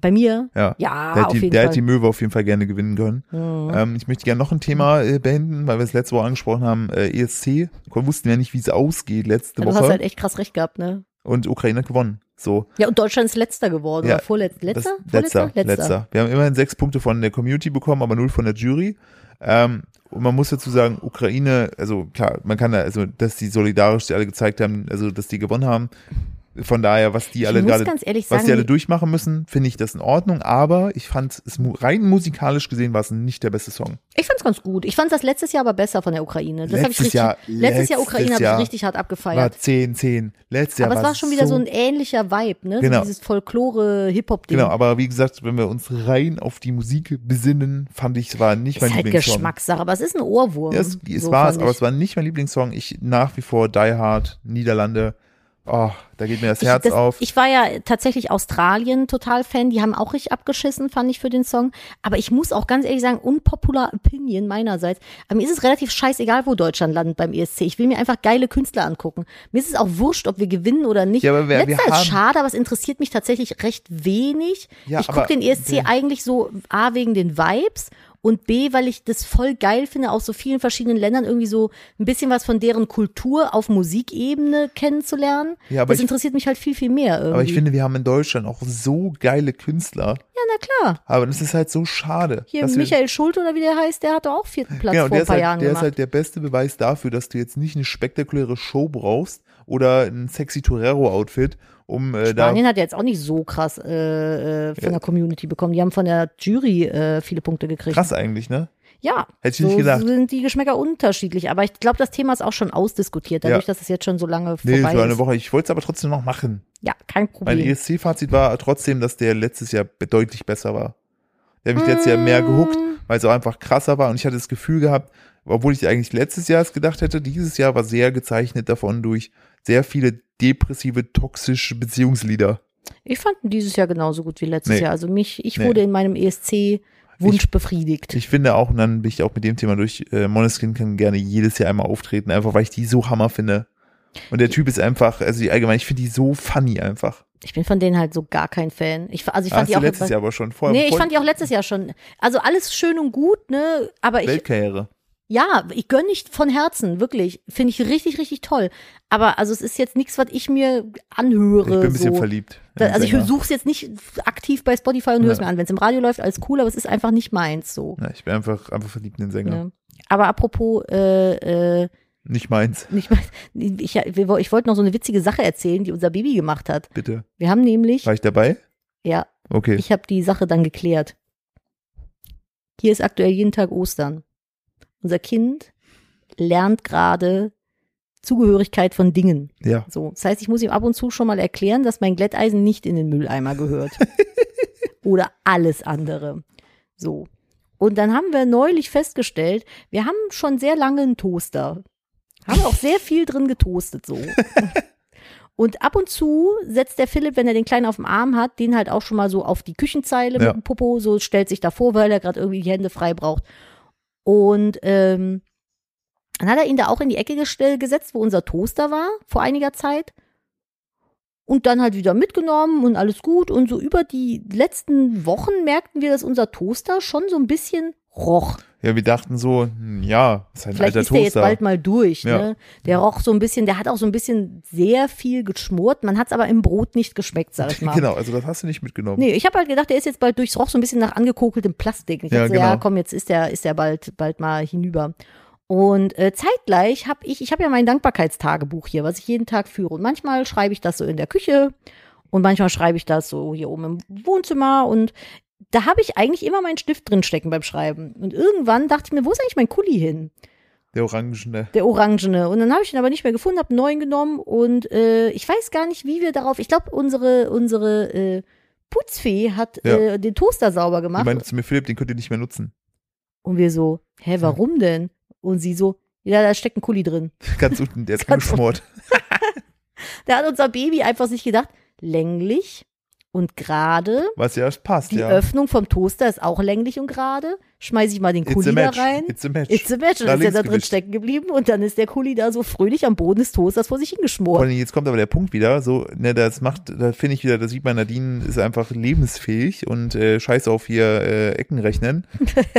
Speaker 2: bei mir?
Speaker 1: Ja.
Speaker 2: Ja,
Speaker 1: der hat
Speaker 2: Ah, auf
Speaker 1: die,
Speaker 2: jeden
Speaker 1: der
Speaker 2: Fall.
Speaker 1: hat die Möwe auf jeden Fall gerne gewinnen können.
Speaker 2: Hm.
Speaker 1: Ähm, ich möchte gerne noch ein Thema äh, beenden, weil wir es letzte Woche angesprochen haben, äh, ESC. Wir wussten ja nicht, wie es ausgeht letzte
Speaker 2: Ja, du
Speaker 1: Woche.
Speaker 2: hast halt echt krass recht gehabt, ne?
Speaker 1: und Ukraine hat gewonnen. So.
Speaker 2: Ja, und Deutschland ist letzter geworden.
Speaker 1: Ja,
Speaker 2: oder vorletz letzter?
Speaker 1: Das,
Speaker 2: Vorletzter?
Speaker 1: letzter, letzter, Wir haben immerhin sechs Punkte von der Community bekommen, aber null von der Jury. Ähm, und man muss dazu sagen, Ukraine, also klar, man kann da, also dass die solidarisch die alle gezeigt haben, also dass die gewonnen haben. Von daher, was die
Speaker 2: Ich
Speaker 1: alle
Speaker 2: muss
Speaker 1: gerade,
Speaker 2: ganz ehrlich
Speaker 1: was
Speaker 2: sagen,
Speaker 1: die alle
Speaker 2: die-
Speaker 1: durchmachen müssen, finde ich das in Ordnung. Aber ich fand es mu- rein musikalisch gesehen war es nicht der beste Song.
Speaker 2: Ich fand's ganz gut. Ich fand das letztes Jahr aber besser von der Ukraine. Das hab ich
Speaker 1: Letztes
Speaker 2: richtig,
Speaker 1: Jahr-
Speaker 2: letztes
Speaker 1: letztes
Speaker 2: Jahr Ukraine habe ich
Speaker 1: Jahr
Speaker 2: richtig hart abgefeiert.
Speaker 1: War 10, 10. Letztes Jahr
Speaker 2: aber es war schon wieder so ein ähnlicher Vibe, ne?
Speaker 1: Genau.
Speaker 2: So dieses Folklore-Hip-Hop-Ding.
Speaker 1: Genau, aber wie gesagt, wenn wir uns rein auf die Musik besinnen, fand ich, es war nicht mein
Speaker 2: ist halt
Speaker 1: Lieblingssong.
Speaker 2: Geschmackssache, aber es ist ein Ohrwurm.
Speaker 1: Ja, es es
Speaker 2: so
Speaker 1: war
Speaker 2: fand
Speaker 1: es, aber
Speaker 2: ich.
Speaker 1: es war nicht mein Lieblingssong. Ich nach wie vor Die Hard, Niederlande. Oh, da geht mir das
Speaker 2: Ich-
Speaker 1: Herz
Speaker 2: das-
Speaker 1: auf.
Speaker 2: Ich war ja tatsächlich Australien total Fan. Die haben auch richtig abgeschissen, fand ich für den Song. Aber ich muss auch ganz ehrlich sagen, unpopular Opinion meinerseits. Aber mir ist es relativ scheißegal, wo Deutschland landet beim ESC. Ich will mir einfach geile Künstler angucken. Mir ist es auch wurscht, ob wir gewinnen oder nicht.
Speaker 1: Ja, aber wir- wir
Speaker 2: Letzter
Speaker 1: haben-
Speaker 2: ist schade, aber es interessiert mich tatsächlich recht wenig.
Speaker 1: Ja,
Speaker 2: ich
Speaker 1: aber-
Speaker 2: gucke den ESC eigentlich so A wegen den Vibes. Und B, weil ich das voll geil finde, aus so vielen verschiedenen Ländern irgendwie so ein bisschen was von deren Kultur auf Musikebene kennenzulernen.
Speaker 1: Ja, aber
Speaker 2: das
Speaker 1: ich-
Speaker 2: interessiert mich halt viel, viel mehr irgendwie.
Speaker 1: aber ich finde, wir haben in Deutschland auch so geile Künstler.
Speaker 2: ja, na klar.
Speaker 1: Aber das ist halt so schade.
Speaker 2: Hier
Speaker 1: dass wir-
Speaker 2: Michael Schulte oder wie der heißt, der hatte auch vierten Platz
Speaker 1: Genau,
Speaker 2: vor
Speaker 1: der,
Speaker 2: ein
Speaker 1: ist
Speaker 2: paar
Speaker 1: halt,
Speaker 2: Jahren
Speaker 1: der ist
Speaker 2: gemacht.
Speaker 1: halt der beste Beweis dafür, dass du jetzt nicht eine spektakuläre Show brauchst oder ein sexy Torero-Outfit, um äh, da.
Speaker 2: Spanien hat ja jetzt auch nicht so krass äh, äh, von der Community bekommen. Die haben von der Jury äh, viele Punkte gekriegt.
Speaker 1: Krass eigentlich, ne?
Speaker 2: Ja,
Speaker 1: Hätte ich
Speaker 2: so
Speaker 1: nicht gedacht.
Speaker 2: sind die Geschmäcker unterschiedlich. Aber ich glaube, das Thema ist auch schon ausdiskutiert, dadurch,
Speaker 1: Ja.
Speaker 2: dass es jetzt schon so lange
Speaker 1: Nee,
Speaker 2: vorbei
Speaker 1: so eine
Speaker 2: ist.
Speaker 1: Woche. Ich wollte es aber trotzdem noch machen.
Speaker 2: Ja, kein
Speaker 1: Mein
Speaker 2: Problem.
Speaker 1: ESC-Fazit war trotzdem, dass der letztes Jahr be- deutlich besser war. Der hat mich letztes Jahr
Speaker 2: Mm,
Speaker 1: mehr gehuckt, weil es auch einfach krasser war und ich hatte das Gefühl gehabt, obwohl ich eigentlich letztes Jahr es gedacht hätte, dieses Jahr war sehr gezeichnet davon durch sehr viele depressive, toxische Beziehungslieder.
Speaker 2: Ich fand ihn dieses Jahr genauso gut wie letztes
Speaker 1: Nee.
Speaker 2: Jahr. Also mich, ich
Speaker 1: Nee.
Speaker 2: wurde in meinem E ESC-Wunsch befriedigt.
Speaker 1: Ich finde auch, und dann bin ich auch mit dem Thema durch, äh, Moneskin kann gerne jedes Jahr einmal auftreten, einfach weil ich die so Hammer finde. Und der Typ ist einfach, also die- allgemein, ich finde die so funny einfach. Ah,
Speaker 2: ich bin von denen halt so gar kein Fan. Ich, also ich fand
Speaker 1: Hast
Speaker 2: die
Speaker 1: du
Speaker 2: auch
Speaker 1: letztes Jahr aber schon vorher.
Speaker 2: Nee, ich
Speaker 1: voll-
Speaker 2: fand die auch letztes Jahr schon. Also alles schön und gut, ne? Aber ich,
Speaker 1: Weltkarriere.
Speaker 2: ja, ich gönne nicht von Herzen, wirklich. Finde ich richtig, richtig toll. Aber also es ist jetzt nichts, was ich mir anhöre.
Speaker 1: Ich bin ein bisschen
Speaker 2: so.
Speaker 1: verliebt. in
Speaker 2: Da,
Speaker 1: den
Speaker 2: also ich
Speaker 1: Sänger.
Speaker 2: suche es jetzt nicht aktiv bei Spotify und höre es
Speaker 1: Ja.
Speaker 2: mir an. Wenn es im Radio läuft, alles cool, aber es ist einfach nicht meins so.
Speaker 1: Ja, ich bin einfach, einfach verliebt in den Sänger.
Speaker 2: Ne? Aber apropos, äh, äh,
Speaker 1: Nicht meins,
Speaker 2: nicht mal, ich, wir woll- ich wollte noch so eine witzige Sache erzählen, die unser Baby gemacht hat.
Speaker 1: bitte.
Speaker 2: Wir haben nämlich,
Speaker 1: War ich dabei?
Speaker 2: ja,
Speaker 1: Okay.
Speaker 2: ich habe die Sache dann geklärt. Hier ist aktuell jeden Tag Ostern. Unser Kind lernt gerade Zugehörigkeit von Dingen.
Speaker 1: ja.
Speaker 2: So, das heißt, ich muss ihm ab und zu schon mal erklären, dass mein Glätteisen nicht in den Mülleimer gehört. Oder alles andere. So. Und dann haben wir neulich festgestellt, wir haben schon sehr lange einen Toaster. Haben auch sehr viel drin getoastet, so. Und ab und zu setzt der Philipp, wenn er den Kleinen auf dem Arm hat, den halt auch schon mal so auf die Küchenzeile
Speaker 1: Ja.
Speaker 2: mit dem Popo, so stellt sich davor, weil er gerade irgendwie die Hände frei braucht. Und ähm, dann hat er ihn da auch in die Ecke gestell, gesetzt, wo unser Toaster war, vor einiger Zeit. Und dann halt wieder mitgenommen und alles gut. Und so über die letzten Wochen merkten wir, dass unser Toaster schon so ein bisschen roch.
Speaker 1: Ja, wir dachten so, hm, ja, ist halt ein
Speaker 2: Vielleicht
Speaker 1: alter
Speaker 2: ist der jetzt
Speaker 1: Toaster.
Speaker 2: bald mal durch.
Speaker 1: Ja.
Speaker 2: Ne? Der roch so ein bisschen, der hat auch so ein bisschen sehr viel geschmort. Man hat es aber im Brot nicht geschmeckt, sag ich mal.
Speaker 1: genau, also das hast du nicht mitgenommen.
Speaker 2: Nee, ich habe halt gedacht, der ist jetzt bald durchs Roch so ein bisschen nach angekokeltem Plastik. Ich
Speaker 1: Ja,
Speaker 2: dachte, so,
Speaker 1: genau.
Speaker 2: ja, komm, jetzt ist der, ist der bald, bald mal hinüber. Und äh, zeitgleich habe ich, ich habe ja mein Dankbarkeitstagebuch hier, was ich jeden Tag führe. Und manchmal schreibe ich das so in der Küche und manchmal schreibe ich das so hier oben im Wohnzimmer. Und da habe ich eigentlich immer meinen Stift drin stecken beim Schreiben. Und irgendwann dachte ich mir, wo ist eigentlich mein Kuli hin?
Speaker 1: Der Orangene.
Speaker 2: Der orangene. Und dann habe ich ihn aber nicht mehr gefunden, habe einen neuen genommen und äh, ich weiß gar nicht, wie wir darauf. Ich glaube, unsere, unsere äh, Putzfee hat
Speaker 1: Ja.
Speaker 2: äh, den Toaster sauber
Speaker 1: Die
Speaker 2: gemacht.
Speaker 1: meinte zu mir, Philipp, den könnt ihr nicht mehr nutzen.
Speaker 2: und wir so, hä, warum denn? Und sie so, ja, da steckt ein Kuli drin.
Speaker 1: Ganz unten, der ist
Speaker 2: Ganz
Speaker 1: angeschmort.
Speaker 2: Da hat unser Baby einfach sich gedacht, länglich und gerade.
Speaker 1: Was ja passt,
Speaker 2: Die
Speaker 1: ja.
Speaker 2: Öffnung vom Toaster ist auch länglich und gerade. Schmeiße ich mal den
Speaker 1: It's a
Speaker 2: Kuli da
Speaker 1: match.
Speaker 2: rein.
Speaker 1: It's a match.
Speaker 2: It's a match. Und
Speaker 1: Da
Speaker 2: dann
Speaker 1: links
Speaker 2: ist er da drin
Speaker 1: gewischt.
Speaker 2: stecken geblieben und dann ist der Kuli da so fröhlich am Boden des Toasters vor sich
Speaker 1: Vor
Speaker 2: hingeschmort.
Speaker 1: allem, jetzt kommt aber der Punkt wieder, so, ne, das macht, da finde ich wieder, da sieht man, Nadine ist einfach lebensfähig und äh, scheiß auf hier äh, Ecken rechnen.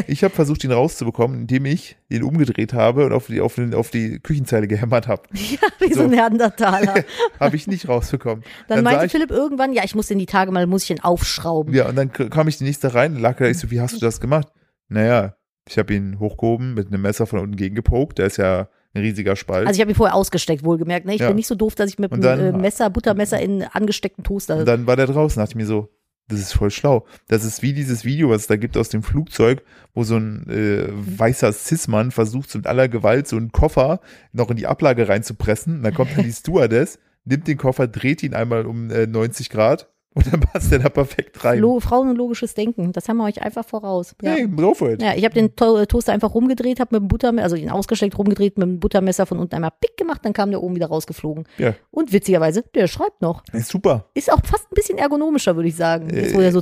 Speaker 1: Ich habe versucht, ihn rauszubekommen, indem ich ihn umgedreht habe und auf die, auf den, auf die Küchenzeile gehämmert habe.
Speaker 2: Ja, wie so
Speaker 1: So.
Speaker 2: ein Neandertaler.
Speaker 1: Habe ich nicht rausbekommen.
Speaker 2: Dann,
Speaker 1: sah
Speaker 2: meinte
Speaker 1: ich,
Speaker 2: Philipp irgendwann, ja, ich muss den die Tage mal, muss ich ihn aufschrauben.
Speaker 1: Ja, und dann k- kam ich die nächste rein, lag da, ich so, wie hast du das gemacht? Naja, ich habe ihn hochgehoben, mit einem Messer von unten gegengepokt, da ist ja ein riesiger Spalt.
Speaker 2: Also ich habe ihn vorher ausgesteckt, wohlgemerkt. Ne? Ich
Speaker 1: Ja.
Speaker 2: bin nicht so doof, dass ich mit
Speaker 1: Und
Speaker 2: einem
Speaker 1: dann-
Speaker 2: äh, Messer, Buttermesser in einen angesteckten Toaster.
Speaker 1: Und dann war der draußen, dachte ich mir so, das ist voll schlau. Das ist wie dieses Video, was es da gibt aus dem Flugzeug, wo so ein äh,
Speaker 2: Mhm.
Speaker 1: weißer Cis-Mann versucht, mit aller Gewalt so einen Koffer noch in die Ablage reinzupressen. Und dann kommt dann die Stewardess, nimmt den Koffer, dreht ihn einmal um äh, 90 Grad und dann passt der da perfekt rein.
Speaker 2: Lo Frauen und logisches Denken, das haben wir euch einfach voraus. Ja.
Speaker 1: Hey, go for it.
Speaker 2: Ja, ich habe den To- äh, Toaster einfach rumgedreht, habe mit dem Buttermesser, also ihn ausgesteckt, rumgedreht, mit dem Buttermesser von unten einmal pick gemacht, dann kam der oben wieder rausgeflogen.
Speaker 1: Ja.
Speaker 2: Und witzigerweise, der schreibt noch.
Speaker 1: Ist super.
Speaker 2: Ist auch fast ein bisschen ergonomischer, würde ich sagen, jetzt wo
Speaker 1: Äh,
Speaker 2: er so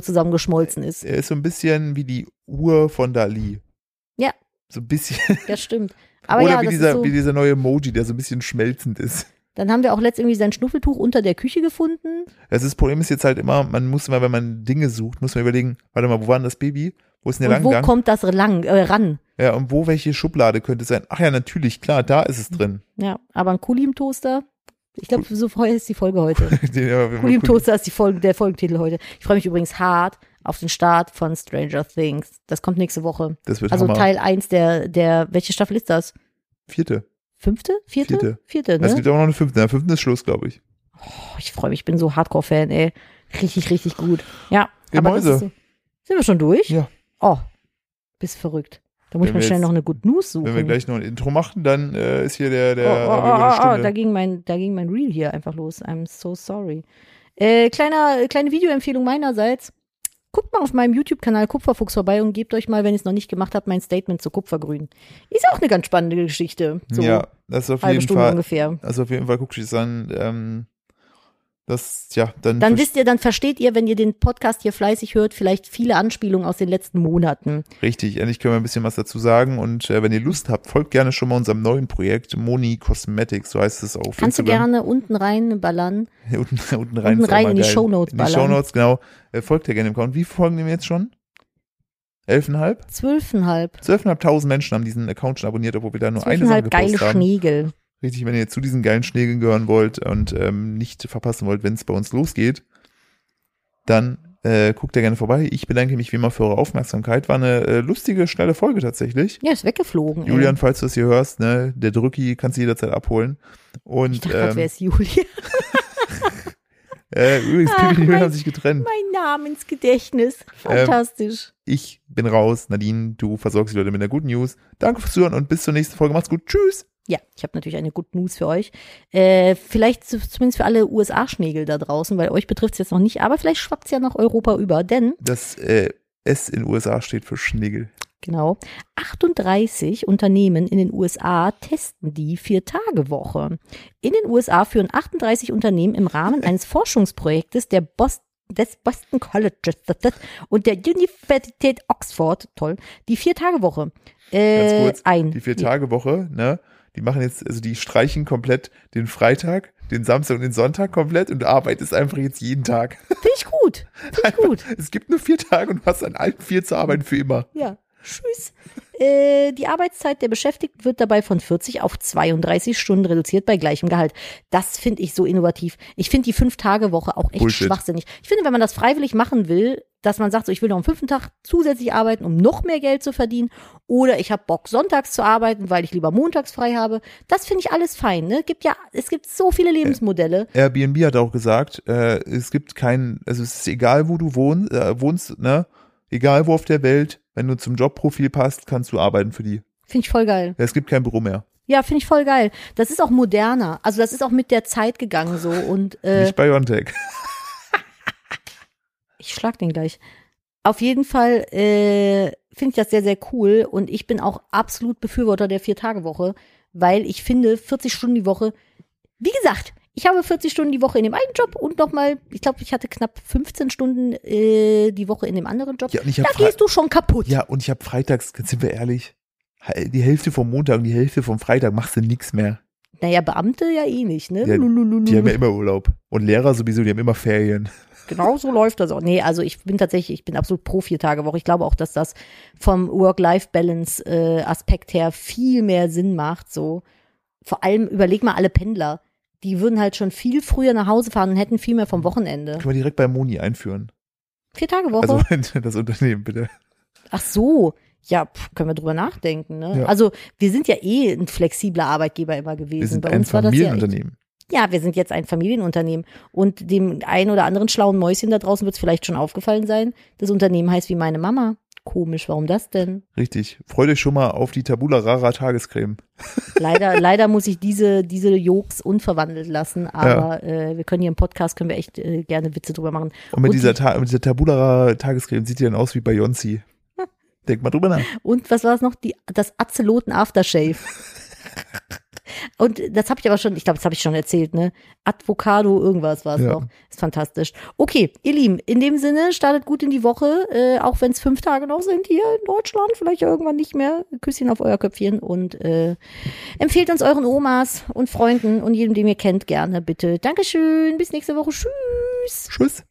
Speaker 2: zusammengeschmolzen ist.
Speaker 1: Er ist so ein bisschen wie die Uhr von Dali.
Speaker 2: Ja.
Speaker 1: So ein bisschen.
Speaker 2: Das stimmt. Aber
Speaker 1: Oder
Speaker 2: ja,
Speaker 1: wie,
Speaker 2: das
Speaker 1: dieser,
Speaker 2: ist so.
Speaker 1: wie dieser neue Emoji, der so ein bisschen schmelzend ist.
Speaker 2: Dann haben wir auch letztendlich irgendwie sein Schnuffeltuch unter der Küche gefunden.
Speaker 1: Das ist- Problem ist jetzt halt immer, man muss immer, wenn man Dinge sucht, muss man überlegen, warte mal, wo war denn das Baby? Wo ist denn der
Speaker 2: Und wo
Speaker 1: langgegangen?
Speaker 2: kommt das lang, äh, ran?
Speaker 1: Ja, und wo welche Schublade könnte es sein? Ach ja, natürlich, klar, da ist es drin.
Speaker 2: Ja, aber ein Kuli im Toaster. Ich glaube, so vorher ist die Folge heute.
Speaker 1: Den- ja, wenn man
Speaker 2: Kuli im
Speaker 1: guckt.
Speaker 2: Toaster ist die Folge, der Folgentitel heute. Ich freue mich übrigens hart auf den Start von Stranger Things. Das kommt nächste Woche.
Speaker 1: Das wird
Speaker 2: Also
Speaker 1: Hammer.
Speaker 2: Teil 1 der, der, welche Staffel ist das?
Speaker 1: Vierte.
Speaker 2: Ne? Fünfte? Vierte?
Speaker 1: Vierte. Es
Speaker 2: ne?
Speaker 1: gibt aber noch eine fünfte. Der fünfte ist Schluss, glaube ich.
Speaker 2: Oh, ich freue mich, ich bin so Hardcore-Fan, ey. Richtig, richtig gut. Ja,
Speaker 1: Ey,
Speaker 2: aber das
Speaker 1: Mäuse.
Speaker 2: ist so. Sind wir schon durch?
Speaker 1: Ja.
Speaker 2: Oh, bist verrückt. Da muss
Speaker 1: Wenn
Speaker 2: ich mal
Speaker 1: wir
Speaker 2: schnell
Speaker 1: jetzt-
Speaker 2: noch eine Good News suchen.
Speaker 1: Wenn wir gleich noch ein Intro machen, dann äh, ist hier der, der
Speaker 2: oh,
Speaker 1: haben wir wieder eine
Speaker 2: oh, oh, oh, oh,
Speaker 1: Stunde.
Speaker 2: da ging mein, da ging mein Reel hier einfach los. I'm so sorry. Äh, kleiner, kleine Videoempfehlung meinerseits. Guckt mal auf meinem YouTube-Kanal Kupferfuchs vorbei und gebt euch mal, wenn ihr es noch nicht gemacht habt, mein Statement zu Kupfergrün. Ist auch eine ganz spannende Geschichte. So
Speaker 1: ja, das ist auf
Speaker 2: halbe
Speaker 1: jeden
Speaker 2: Stunde
Speaker 1: Fall.
Speaker 2: ungefähr.
Speaker 1: Also auf jeden Fall guck ich es an. Ähm, Das, ja, dann.
Speaker 2: Dann wisst ihr, dann versteht ihr, wenn ihr den Podcast hier fleißig hört, vielleicht viele Anspielungen aus den letzten Monaten.
Speaker 1: Richtig, endlich können wir ein bisschen was dazu sagen. Und äh, wenn ihr Lust habt, folgt gerne schon mal unserem neuen Projekt Moni Cosmetics, so heißt es auf
Speaker 2: Kannst du
Speaker 1: Instagram.
Speaker 2: gerne unten reinballern.
Speaker 1: unten, unten rein,
Speaker 2: unten
Speaker 1: ist auch
Speaker 2: rein
Speaker 1: mal
Speaker 2: in die
Speaker 1: geil.
Speaker 2: Shownotes
Speaker 1: In die
Speaker 2: ballern.
Speaker 1: Shownotes, genau. Äh, folgt ja gerne dem Account. Wie folgen dem jetzt schon? Elfenhalb?
Speaker 2: Zwölfeinhalb.
Speaker 1: 12.500 Menschen haben diesen Account schon abonniert, obwohl wir da nur eine Sache
Speaker 2: Zwölfeinhalb geile
Speaker 1: gepostet haben.
Speaker 2: Schnegel.
Speaker 1: Richtig, wenn ihr zu diesen geilen Schnegeln gehören wollt und ähm, nicht verpassen wollt, wenn es bei uns losgeht, dann äh, guckt da gerne vorbei. Ich bedanke mich wie immer für eure Aufmerksamkeit. War eine äh, lustige, schnelle Folge tatsächlich.
Speaker 2: Ja, ist weggeflogen. ey.
Speaker 1: Julian, falls du das hier hörst, ne, der Drücki kannst du jederzeit abholen.
Speaker 2: Ich
Speaker 1: Und
Speaker 2: dachte, grad, wer
Speaker 1: ähm,
Speaker 2: ist Julian?
Speaker 1: äh, übrigens,
Speaker 2: Ach,
Speaker 1: Pipi und Julian
Speaker 2: Ah, mein-
Speaker 1: haben sich getrennt.
Speaker 2: Mein Namensgedächtnis.
Speaker 1: Ähm.
Speaker 2: Fantastisch.
Speaker 1: Ich bin raus. Nadine, du versorgst die Leute mit einer guten News. Danke fürs Zuhören und bis zur nächsten Folge. Macht's gut. Tschüss.
Speaker 2: Ja, ich habe natürlich eine Good News für euch. Äh, vielleicht zu, zumindest für alle USA-Schnägel da draußen, weil euch betrifft es jetzt noch nicht, aber vielleicht schwappt's ja nach Europa über, denn,
Speaker 1: Das äh, S in USA steht für Schnegel.
Speaker 2: genau, 38 Unternehmen in den USA testen die Vier-Tage-Woche. In den USA führen 38 Unternehmen im Rahmen eines Forschungsprojektes der Boston des Boston College und der Universität Oxford, toll, die Vier-Tage-Woche äh,
Speaker 1: kurz,
Speaker 2: ein.
Speaker 1: Die Vier-Tage-Woche, ne? Die machen jetzt, also die streichen komplett den Freitag, den Samstag und den Sonntag komplett und du arbeitest einfach jetzt jeden Tag.
Speaker 2: Finde ich gut, finde ich gut.
Speaker 1: Es gibt nur vier Tage und du hast an allen vier zu arbeiten für immer.
Speaker 2: Ja. Tschüss. Äh, die Arbeitszeit der Beschäftigten wird dabei von 40 auf 32 Stunden reduziert bei gleichem Gehalt. Das finde ich so innovativ. Ich finde die Fünf-Tage-Woche auch echt
Speaker 1: Bullshit.
Speaker 2: schwachsinnig. Ich finde, wenn man das freiwillig machen will, dass man sagt, so, ich will noch am fünften Tag zusätzlich arbeiten, um noch mehr Geld zu verdienen, oder ich habe Bock, sonntags zu arbeiten, weil ich lieber montags frei habe. Das finde ich alles fein. Ne? Gibt ja, es gibt so viele Lebensmodelle.
Speaker 1: Airbnb hat auch gesagt, äh, es gibt keinen, also es ist egal, wo du wohnst, äh, wohnst, ne? Egal wo auf der Welt, wenn du zum Jobprofil passt, kannst du arbeiten für die.
Speaker 2: Finde ich voll geil.
Speaker 1: Es gibt kein Büro mehr.
Speaker 2: Ja, finde ich voll geil. Das ist auch moderner. Also das ist auch mit der Zeit gegangen so. Und äh,
Speaker 1: Nicht bei Biontech.
Speaker 2: Ich schlag den gleich. Auf jeden Fall äh, finde ich das sehr, sehr cool und ich bin auch absolut Befürworter der Vier-Tage-Woche, weil ich finde, 40 Stunden die Woche, wie gesagt, ich habe 40 Stunden die Woche in dem einen Job und nochmal, ich glaube, ich hatte knapp 15 Stunden äh, die Woche in dem anderen Job.
Speaker 1: Ja, und ich
Speaker 2: da
Speaker 1: hab Fre-
Speaker 2: gehst du schon kaputt.
Speaker 1: ja, und ich habe freitags, sind wir ehrlich, die Hälfte vom Montag und die Hälfte vom Freitag machst du nichts mehr.
Speaker 2: Naja, Beamte ja eh nicht, ne?
Speaker 1: Ja,
Speaker 2: Lulululu.
Speaker 1: Die haben ja immer Urlaub. Und Lehrer sowieso, die haben immer Ferien.
Speaker 2: genau so läuft das auch. Nee, also ich bin tatsächlich, ich bin absolut pro Vier-Tage-Woche. Ich glaube auch, dass das vom Work-Life-Balance-Aspekt her viel mehr Sinn macht. So Vor allem, überleg mal alle Pendler. Die würden halt schon viel früher nach Hause fahren und hätten viel mehr vom Wochenende.
Speaker 1: Können wir direkt bei Moni einführen.
Speaker 2: Vier-Tage-Woche.
Speaker 1: Also das Unternehmen, bitte.
Speaker 2: Ach so. Ja, pf, können wir drüber nachdenken. Ne?
Speaker 1: Ja.
Speaker 2: Also wir sind ja eh ein flexibler Arbeitgeber immer gewesen.
Speaker 1: Wir sind
Speaker 2: Bei
Speaker 1: ein
Speaker 2: uns war das ja echt-
Speaker 1: Familienunternehmen.
Speaker 2: ja, wir sind jetzt ein Familienunternehmen und dem einen oder anderen schlauen Mäuschen da draußen wird es vielleicht schon aufgefallen sein, das Unternehmen heißt wie meine Mama. Komisch, warum das denn?
Speaker 1: Richtig. Freut euch schon mal auf die Tabula Rara Tagescreme.
Speaker 2: Leider, leider muss ich diese, diese Jokes unverwandelt lassen, aber äh, wir können hier im Podcast, können wir echt äh, gerne Witze drüber machen.
Speaker 1: Und mit,
Speaker 2: Und
Speaker 1: dieser, Ta mit dieser Tabula Rara Tagescreme sieht die dann aus wie bei Jonsi. Denk mal drüber nach.
Speaker 2: Und was war es noch? Die, das Azeloten Aftershave. Und das habe ich aber schon, ich glaube, das habe ich schon erzählt, ne? Advocado, irgendwas war es
Speaker 1: Ja.
Speaker 2: noch. Ist fantastisch. Okay, ihr Lieben, in dem Sinne, startet gut in die Woche, äh, auch wenn es fünf Tage noch sind hier in Deutschland, vielleicht ja irgendwann nicht mehr. Küsschen auf euer Köpfchen und äh, empfehlt uns euren Omas und Freunden und jedem, den ihr kennt, gerne, bitte. Dankeschön, bis nächste Woche. Tschüss.
Speaker 1: Tschüss.